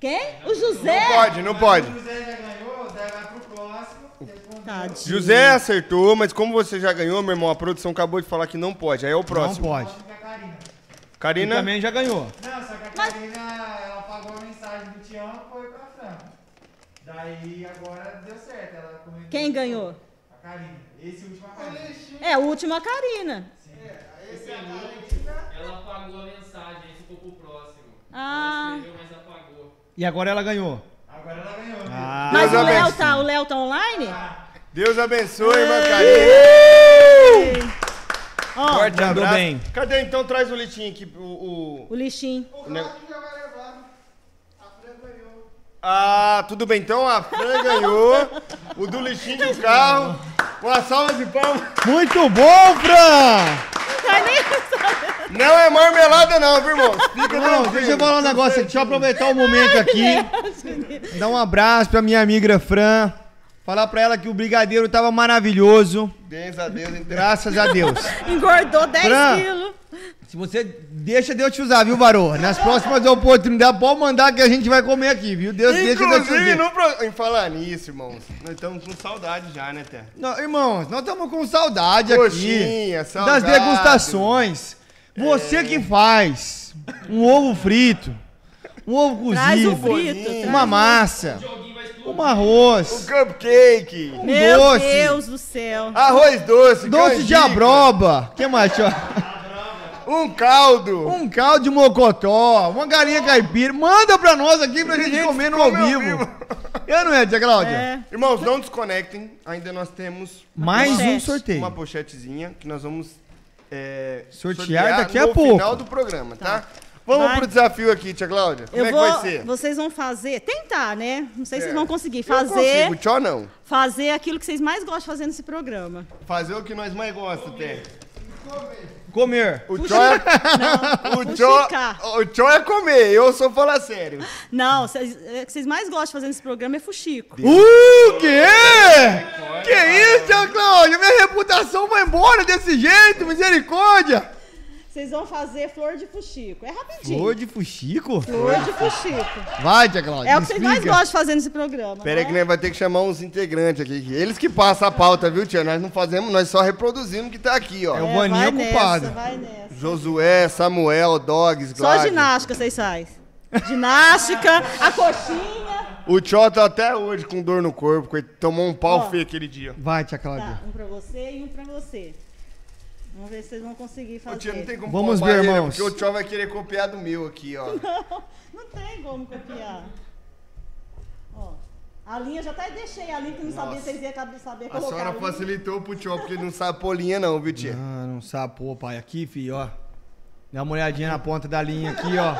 Quem? O José?
Pode, não pode.
O José já ganhou, daí vai pro próximo. Depois...
Tadinho.
José acertou, mas como você já ganhou, meu irmão, a produção acabou de falar que não pode. Aí é o
Não
próximo.
pode.
Fica a Karina.
E
Karina,
também já ganhou.
Não, só que a
Mas-
Karina, ela apagou a mensagem do Tião e foi pra Fran. Daí agora deu certo. Ela comentou.
Quem ganhou?
A Karina. Esse último a Karina.
É, a última Karina.
Ela apagou a mensagem, aí ficou pro próximo.
Ah.
Ela escreveu, mas apagou.
E agora ela ganhou.
Agora ela ganhou. viu?
Ah,
Mas
Deus
o Léo
abençoe.
tá, o Léo tá online?
Deus abençoe, irmã Karina.
Ó,
Forte
Mandou
abraço.
bem.
Cadê então? Traz o litinho aqui. O, o-
o lixinho.
o nego- Ah, tudo bem. Então a Fran ganhou. O do litinho do carro. Uma salva de palmas.
Muito bom, Fran!
Não é marmelada, não, viu, irmão? Fica
Não,
tranquilo.
deixa eu falar um negócio aqui, deixa eu aproveitar o momento aqui. Dar um abraço pra minha amiga Fran. Falar pra ela que o brigadeiro tava maravilhoso.
Deus a Deus, então.
Graças a Deus.
Engordou 10
Fran.
quilos.
Se você deixa Deus te usar, viu, Varô? Nas próximas oportunidades, pode mandar que a gente vai comer aqui, viu? Deus deixa Deus te
Inclusive,
usar.
no pro... em falar nisso, irmãos, nós estamos com saudade já, né, Terra?
Não, irmãos, nós estamos com saudade
Coxinha,
aqui das
salgado.
degustações. Você que faz um ovo frito, um ovo
Traz o
cozido,
frito. traz
uma
o-
massa,
Joguinho vai explodir.
um arroz,
Cupcake,
um
Meu
doce,
Deus do céu.
arroz doce,
doce de
canjica,
abroba, que mais, tio?
um caldo.
um caldo de mocotó, uma galinha caipira. Manda pra nós aqui pra gente
gente
comer no ao
come ao
vivo.
vivo.
Eu não é, tia Cláudia?
É.
Irmãos, não desconectem, ainda nós temos
Mais um
Pochete.
sorteio.
uma pochetezinha que nós vamos é,
Sortear daqui a
no
pouco.
final do programa, tá? Vamos
Vai.
pro desafio aqui, tia Cláudia. Como
Eu
é que
vou,
vai ser?
vocês vão fazer, tentar, né? Não sei se
É.
vocês vão conseguir
Eu
fazer,
consigo, tchau não.
fazer aquilo que vocês mais gostam de fazer nesse programa.
Fazer o que nós mais gostamos, Terra.
Comer.
O tchau
<laughs>
é... o tchau,
fuxicar.
o tchau é comer, eu só falar sério.
Tá
Não, vocês- é, o que vocês mais gostam de fazer nesse programa é fuxico.
Uh, quê? Que isso, tia Cláudia? Minha reputação vai embora desse jeito, misericórdia.
Vocês vão fazer flor de fuxico. É rapidinho.
Flor de Ah, fuxico?
Flor de fuxico.
Vai, tia Cláudia,
É o
me
que vocês mais
explica.
gostam de fazer nesse programa.
Pera aí
né?
que nós vai ter que chamar uns integrantes aqui. que Eles que passam a pauta, viu, tia? Nós não fazemos, nós só reproduzimos o que tá aqui, ó.
É o Vaninho
vai
ocupado.
Nessa, vai nessa.
Josué, Samuel, Dogs,
Só
Gladys.
ginástica vocês fazem. Ginástica, a coxinha.
O Tchó tá até hoje com dor no corpo, porque tomou um pau
Ó.
feio aquele dia.
Vai, tia
Tá,
Cláudia.
um pra você e um pra você. Vamos ver se vocês vão conseguir
Ô,
fazer.
tia, não tem como
Vamos
palpar
ver,
ele, né?
irmãos.
Porque o Tchó vai querer copiar do meu aqui, ó.
<laughs> Não tem como copiar. Ó, a linha já até deixei a linha que não sabia se vocês iam cab- saber
A
colocar.
senhora
linha.
facilitou pro Tchó, porque ele não sabe pôr linha não, viu, tia?
Ah, não sabe, pô, pai. Aqui, filho, ó. Dá uma olhadinha na ponta da linha aqui, ó.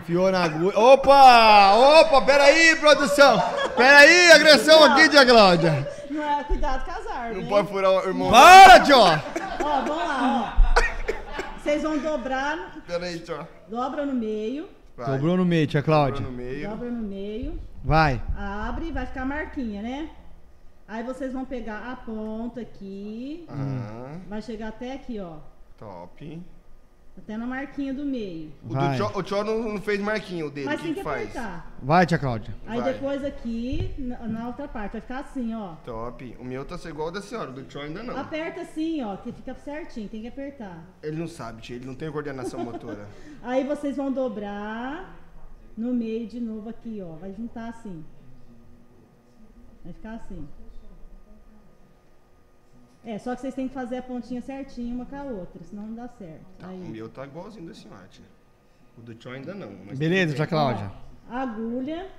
Enfiou na agulha. Opa! Opa, peraí, produção! Peraí, agressão aqui, Tia Cláudia.
Não é cuidado com as árvores.
Não
hein?
pode furar o irmão.
Para, tio.
Ó, vamos lá, ó. Vocês vão dobrar,
Pera aí, tio.
dobra no meio,
Vai.
Sobrou no meio, Tia
Sobrou no
Cláudia.
meio.
dobra no meio,
Vai.
abre, vai ficar a marquinha, né? Aí vocês vão pegar a ponta aqui,
Ah,
vai chegar até aqui, ó.
top.
Até na marquinha do meio.
O, do
Vai.
tio, o tio não, não fez marquinho o dele. O
Mas
que,
tem
que
que
faz?
apertar.
Vai, Tia Cláudia.
Aí
Vai.
depois aqui, na, na outra parte, vai ficar assim, ó.
Top. O meu tá sendo igual ao da senhora, o do tio ainda não.
Aperta assim, ó, que fica certinho, tem que apertar.
Ele não sabe, tio. Ele não
<laughs>
tem coordenação motora.
Aí vocês vão dobrar no meio de novo aqui, ó. Vai juntar assim. Vai ficar assim. É, só que vocês têm que fazer a pontinha certinha uma com a outra, senão não dá certo.
Tá, o
Aí.
meu tá igualzinho da senhora, tia. O do tio ainda não. mas
Beleza,
tudo
Tia
bem.
Cláudia.
Agulha,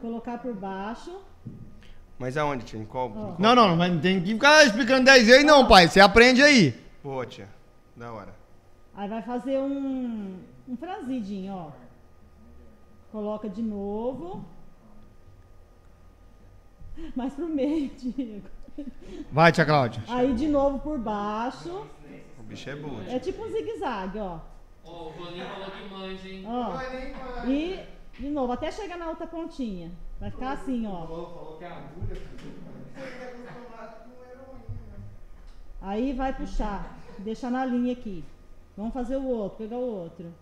colocar por baixo.
Mas aonde, tia? Em qual? em qual-
Não, não, não, vai- não tem que ficar explicando 10 vezes, não, pai. Você aprende aí.
Boa, tia. Da hora.
Aí vai fazer um, um franzidinho, ó. Coloca de novo. <laughs> Mais pro meio, Diego.
Vai, Tia Cláudia.
Aí de novo por baixo.
O bicho é bom,
É
tia.
tipo um zigue-zague, ó.
Ó, o Rolinho falou que manja, hein?
ó.
Vai nem vai.
E de novo, até chegar na outra pontinha. Vai ficar assim, ó.
Falou, falou que é agulha. Você é acostumado com heroína.
Aí vai puxar. Deixar na linha aqui. Vamos fazer o outro, pegar o outro.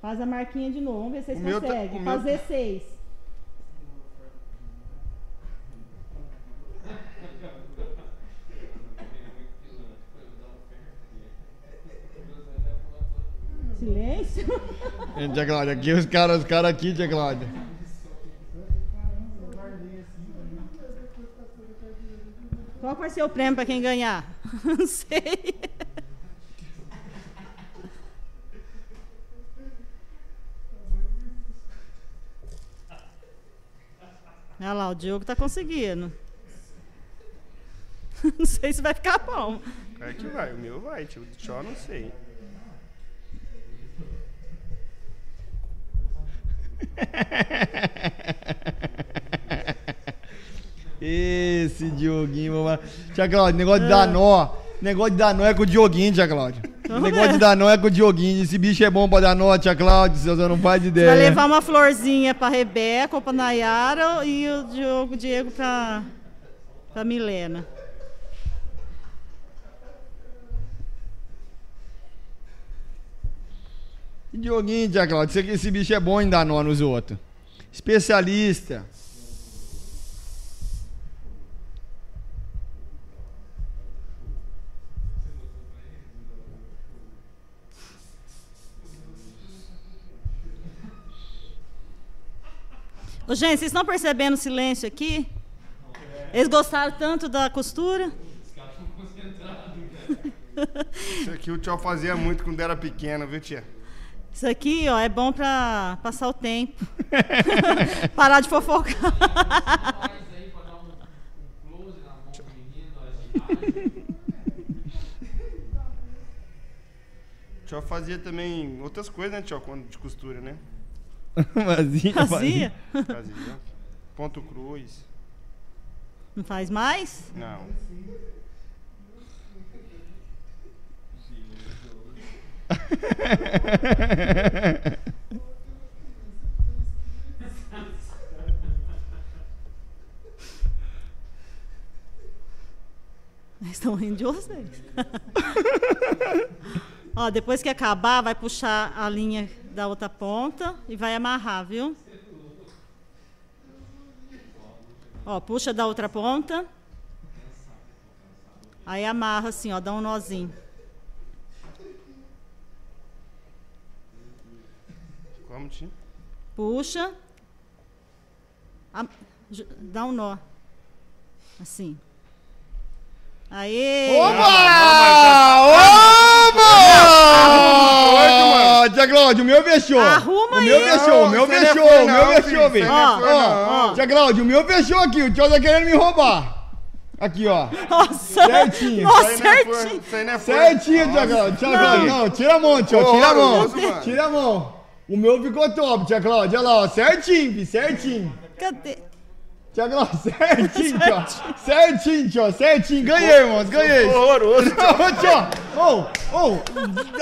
Faz a marquinha de novo, vamos ver se vocês
O meu tá- o
conseguem.
meu
Fazer seis.
um
Silêncio.
Gente, Tia Cláudia, aqui os caras, os caras aqui, Tia Cláudia.
Eu guardei assim.
Qual que vai ser o prêmio para quem ganhar? <laughs> Não sei. Olha lá, o Diogo tá conseguindo. <laughs> Não sei se vai ficar bom.
Claro que vai. O meu vai, tio. O do tio eu não sei.
Esse Dioguinho, mamãe. Tia Cláudia, negócio
É.
de dar nó. Negócio de dar nó é com o Dioguinho, Tia Cláudia. Negócio de dar nó é com o Dioguinho. Esse bicho é bom pra dar nó, Tia Cláudia. Você não faz
Você
ideia.
vai levar uma florzinha pra Rebeca ou pra Nayara e o Diogo, Diego pra, pra Milena. um-
Esse Dioguinho, Tia Cláudia. Você que esse bicho é bom em dar nó nos outros. Especialista. <laughs>
Ô, gente, vocês estão percebendo o silêncio aqui? Eles gostaram tanto da costura?
Isso aqui o tio fazia muito quando era pequeno, viu, tia?
Isso aqui, ó, é bom pra passar o tempo. <laughs> Parar de fofocar.
Faz aí pra dar um, um close na mão do menino, ó, de imagem.
O tio fazia também outras coisas, né, tio? Quando de costura, né?
Vazia,
Fazia?
Fazia. né? Ponto cruz.
Não faz mais? <laughs>
Não.
<laughs>
Eles estão rindo de vocês. <laughs> ó, depois que acabar, vai puxar a linha da outra ponta e vai amarrar, viu? Ó, puxa da outra ponta. Aí amarra assim, ó, dá um nozinho.
Como, tia?
Puxa. Am- ju- dá um nó. Assim.
Ah,
Aê!
Oba! Oba! Tia Cláudia, o meu fechou.
Arruma
o meu
aí.
fechou, o meu
Não, você não é
fechou,
flor
o meu
não,
fechou,
filho,
velho.
você
não é flor
Ó, ó, Tia Cláudia, o meu fechou aqui, o tio tá querendo me roubar. Aqui, ó.
Nossa!
Certinho.
Nossa,
não é flor,
certinho!
isso aí não é flor.
Certinho, Tia Cláudia. Tia Cláudia, não, tira a mão, tio, tira a mão.
Horroroso, mano.
Tira a mão. O meu ficou top, Tia Cláudia. Olha lá, ó, certinho, fi, certinho.
Cadê?
Tiago, não, <laughs> certinho, tio. Certinho, tio. Certinho. Ganhei, irmãos.
é
Ganhei. <laughs>
Horroroso.
Ô, tio. Ô, ô.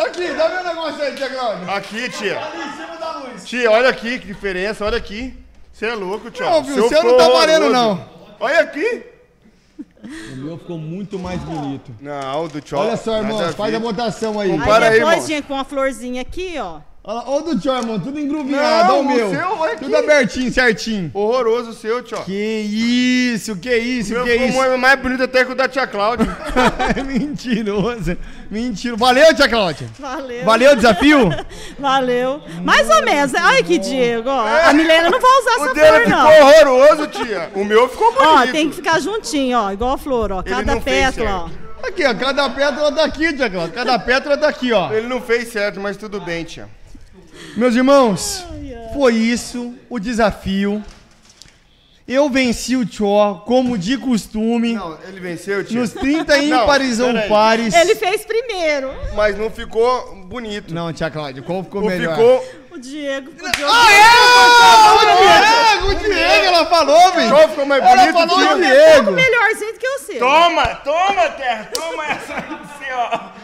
Aqui, dá meu negócio aí, Tiago.
Aqui,
Tá
tia.
Ali em cima da luz.
Tia, olha aqui que diferença, olha aqui. Você é louco, tio.
Não, viu?
Seu
O seu não
ficou
tá valendo,
horroroso.
não.
Olha aqui.
O meu ficou muito mais bonito.
Não, o do tio.
Olha só,
nada
irmãos.
a
Faz
ver.
a votação aí.
Aí
Para aí,
depois,
irmão.
gente, com a florzinha aqui, ó.
Olha lá. Ô, do tio, irmão. Tudo engruvinhado. Olha o
Não, o
meu.
seu, olha
Tudo
aqui.
abertinho, certinho.
Horroroso o seu, tio.
Que isso, que isso,
Meu
que é
ficou
isso.
mais- mais bonito até que o da tia
<laughs>
Cláudia.
Mentiroso. Mentiro. Valeu, tia Cláudia.
Valeu. <laughs>
Valeu o desafio?
Valeu. Mais ou menos. né? Ai, que Diego, ó. A Milena não vai usar
Hum. É. o
essa
dele
flor,
ficou
não.
horroroso, tia. O meu ficou bonito.
Ó, tem que ficar juntinho, ó. Igual a flor, ó.
Ele
Cada
não fez
pétala, ó.
Aqui, ó. Cada pétala tá aqui, tia Cláudia. Cada pétala tá aqui, ó.
Ele não fez certo, mas tudo bem, tia.
Meus irmãos, foi isso o desafio. Eu venci o Tchó, como de costume,
Não, ele venceu, tia.
nos <laughs> 30
Não,
ímpares ou
peraí.
pares.
Ele fez primeiro.
Mas não ficou bonito.
Não, tia Cláudia, qual ficou
Ou
melhor?
ficou.
O Diego. O Diego.
Ah, é! O Diego, ela falou, velho.
Qual ficou mais
Ela
bonito,
falou é.
tia?
o
Diego.
Diego.
melhorzinho do que o seu.
Toma, toma, Terra, toma essa aí do seu, ó.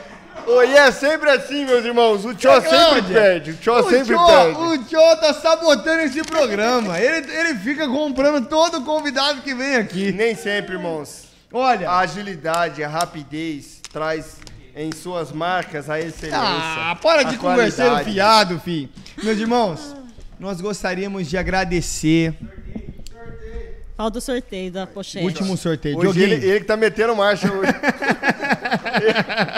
E é sempre assim, meus irmãos. O Tchó
Ô,
sempre
Cláudia,
perde. O Tchó
O
sempre
Tchó,
perde.
o Tchó tá sabotando esse programa. Ele, ele fica comprando todo convidado que vem
E
aqui.
nem sempre, irmãos. A
Olha.
agilidade, a rapidez traz em suas marcas a excelência.
Ah, para de
a
conversar
qualidade.
fiado, fi. Meus irmãos, nós gostaríamos de agradecer.
Fala do sorteio da pochete.
Último sorteio.
Hoje
Dioguinho.
ele, ele que tá metendo marcha hoje. <laughs>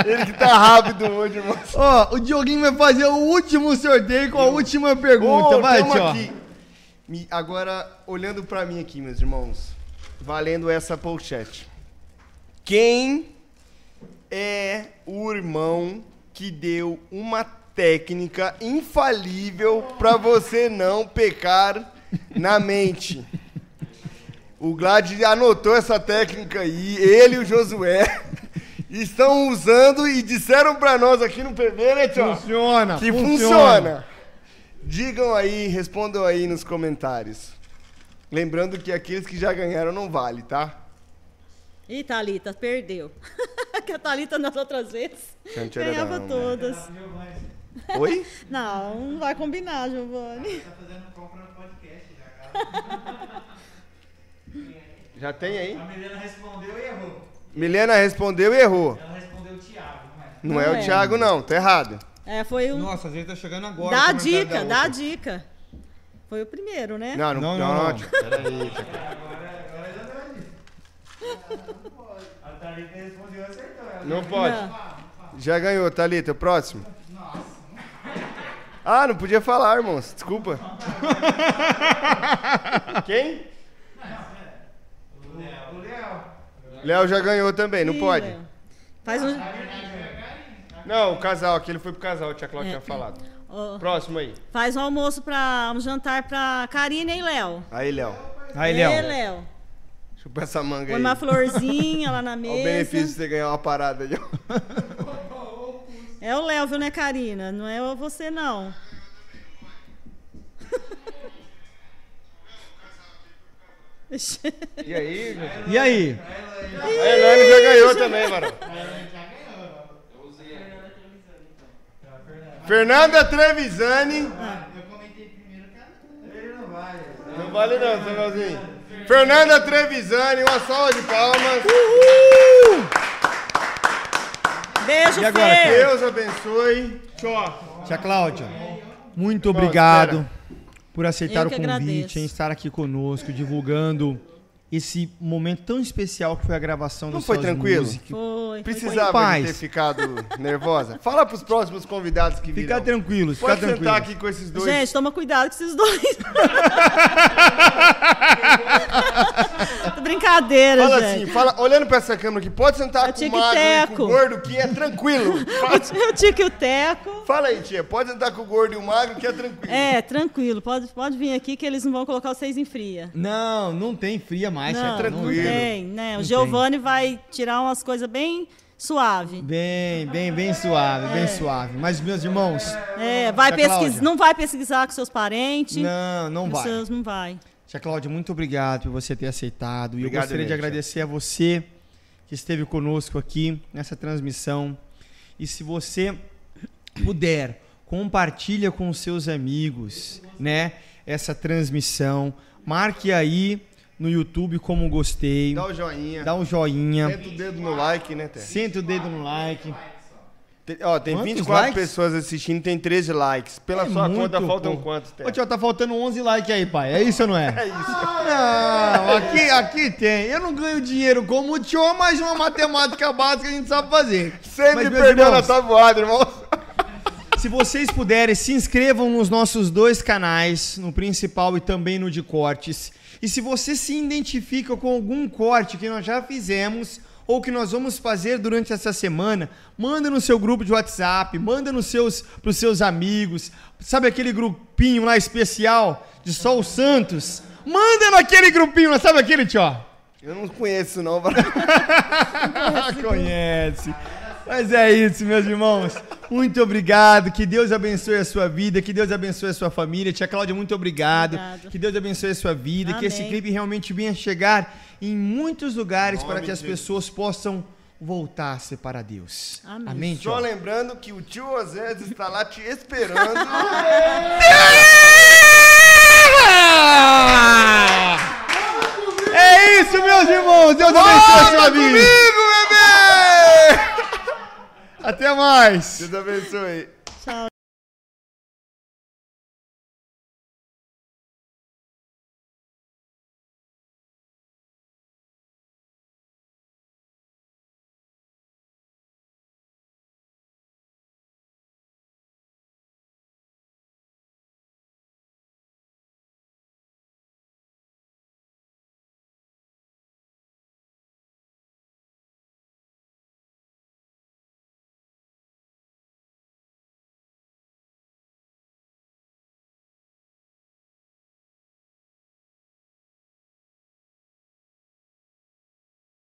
ele, ele que tá rápido hoje, irmão.
Ó, o Dioguinho vai fazer o último sorteio com a última pergunta.
Ô,
vai,
tem uma
tio.
aqui. Me- Agora, olhando pra mim aqui, meus irmãos, valendo essa pochete. Quem é o irmão que deu uma técnica infalível pra você não pecar na mente? O Glad anotou essa técnica aí, ele e o Josué <laughs> estão usando e disseram pra nós aqui no PV, né, tio?
Funciona.
Que funciona. Digam aí, respondam aí nos comentários. Lembrando que aqueles que já ganharam não vale, tá?
Ih, Thalita, perdeu. <laughs> que a Thalita nas outras vezes
Tchan, tcharam.
ganhava todas.
Giovanni,
Oi?
Não, não vai combinar, Giovanni.
tá fazendo compra no podcast já, cara.
Já tem aí?
A Milena respondeu e errou.
Milena respondeu e errou.
Ela respondeu o Thiago, não é?
Não,
Não
é,
é.
o Thiago, não, tá errado.
É, foi um.
Nossa, às vezes tá chegando agora.
Dá a
o comentário
dica,
da
dá a
outra.
dica. Foi o primeiro, né?
Não, não,
Não,
não.
não, não.
tio.
Agora, agora já deu ali. A Thalita respondeu e acertou. Ela
Não pode.
Não.
Já ganhou, Thalita. Próximo. Ah, não podia falar, irmãos. <laughs> Desculpa. Quem?
O Léo.
Léo já ganhou também, não
Ih,
pode.
Léo. Faz um.
Não, o casal, aquele foi pro casal, tia Cláudia
É.
tinha falado.
ó,
Próximo aí.
faz um almoço pra. um jantar pra Karina, hein, Léo?
Aí, Léo.
Aí,
Ê,
Léo.
Léo.
Chupa essa manga
Põe
aí.
uma florzinha lá na
<laughs> Olha o benefício de
mesa.
você ganhar uma parada aí. ó.
É o Léo, viu, né, Karina? Não é você, não. <laughs> Ixi.
E aí, gente?
E aí?
A Elane já ganhou também, mano. Fernanda é Trevisani.
Ah,
Ele não vai. Ele
Não vale não, Samuelzinho. Fernanda é Trevisani, uma salva de palmas.
Uh!
Beijo,
E agora,
Fê.
Deus abençoe. Tchau.
Tia Cláudia, muito obrigado por aceitar
Eu
o
que
convite,
agradeço.
em estar aqui conosco, divulgando esse momento tão especial que foi a gravação
Não
das
foi
suas
tranquilo?
músicas.
Foi.
Põe em
Precisava
paz.
de ter ficado nervosa. Fala pros próximos convidados que virão.
Fica tranquilo, fica
Pode
tranquilo.
sentar aqui com esses dois.
Gente, toma cuidado com esses dois. Brincadeira,
Fala assim,
gente.
fala, olhando pra essa câmera aqui, pode sentar
É
com o magro e com o
tic-teco.
gordo, que é tranquilo. Fala-
<laughs>
Eu tico e o teco.
Fala aí, tia, pode sentar com o gordo e o magro, que é tranquilo.
É, tranquilo. Pode, pode vir aqui que eles não vão colocar vocês em fria.
Não, não tem fria mais,
não,
tia,
não
tranquilo.
tem, né?
é Não
O Giovanni vai tirar umas coisas bem suave.
Bem, bem, bem suave, bem suave. Mas, meus irmãos,
É, vai
Tia
pesquisar,
Cláudia.
não vai pesquisar com seus parentes.
não, não
com
vai.
seus- não vai.
Tia Cláudia, muito obrigado por você ter aceitado. e eu
Obrigado
gostaria
mesmo,
de
tia.
agradecer a você que esteve conosco aqui nessa transmissão. E se você puder, compartilha com os seus amigos, né? Essa transmissão. Marque aí no YouTube como gostei.
Dá o É, joinha.
Dá um joinha.
Senta o dedo no like, né, Té?
Senta o dedo no like.
Tem- Ó, tem
Quantos
24
likes?
pessoas assistindo, tem 13 likes. Pela
É
sua
muito
conta, faltam
pouco.
quantos, Té?
Ô, tio, tá faltando 11 likes aí, pai. É isso ou não é?
<laughs> É isso.
Não, aqui, aqui tem. Eu não ganho dinheiro como o tio, mas uma matemática básica a gente sabe fazer. Mas,
Sempre
meus
perdendo a
irmãos,
tabuada, tá irmão. <laughs>
Se vocês puderem, se inscrevam nos nossos dois canais, no principal e também no de cortes. E se você se identifica com algum corte que nós já fizemos ou que nós vamos fazer durante essa semana, manda no seu grupo de WhatsApp, manda nos seus pros seus amigos. Sabe aquele grupinho lá especial de só os Santos? Manda naquele grupinho, lá, sabe aquele, tio?
Eu não conheço isso,
<laughs>
não.
Conhece. Mas é isso, meus irmãos. Muito obrigado. Que Deus abençoe a sua vida. Que Deus abençoe a sua família. Tia Cláudia, muito obrigado.
Obrigado.
Que Deus abençoe a sua vida. Que esse
Amém.
clipe realmente venha chegar em muitos lugares para
Nome
que as
de
pessoas possam voltar a ser para Deus.
Amém.
Amém, tio?
Só lembrando que o tio Osés está lá te esperando.
<laughs> É isso, meus irmãos. Deus abençoe a sua
Fala comigo,
vida.
bebê!
Até mais.
Deus abençoe.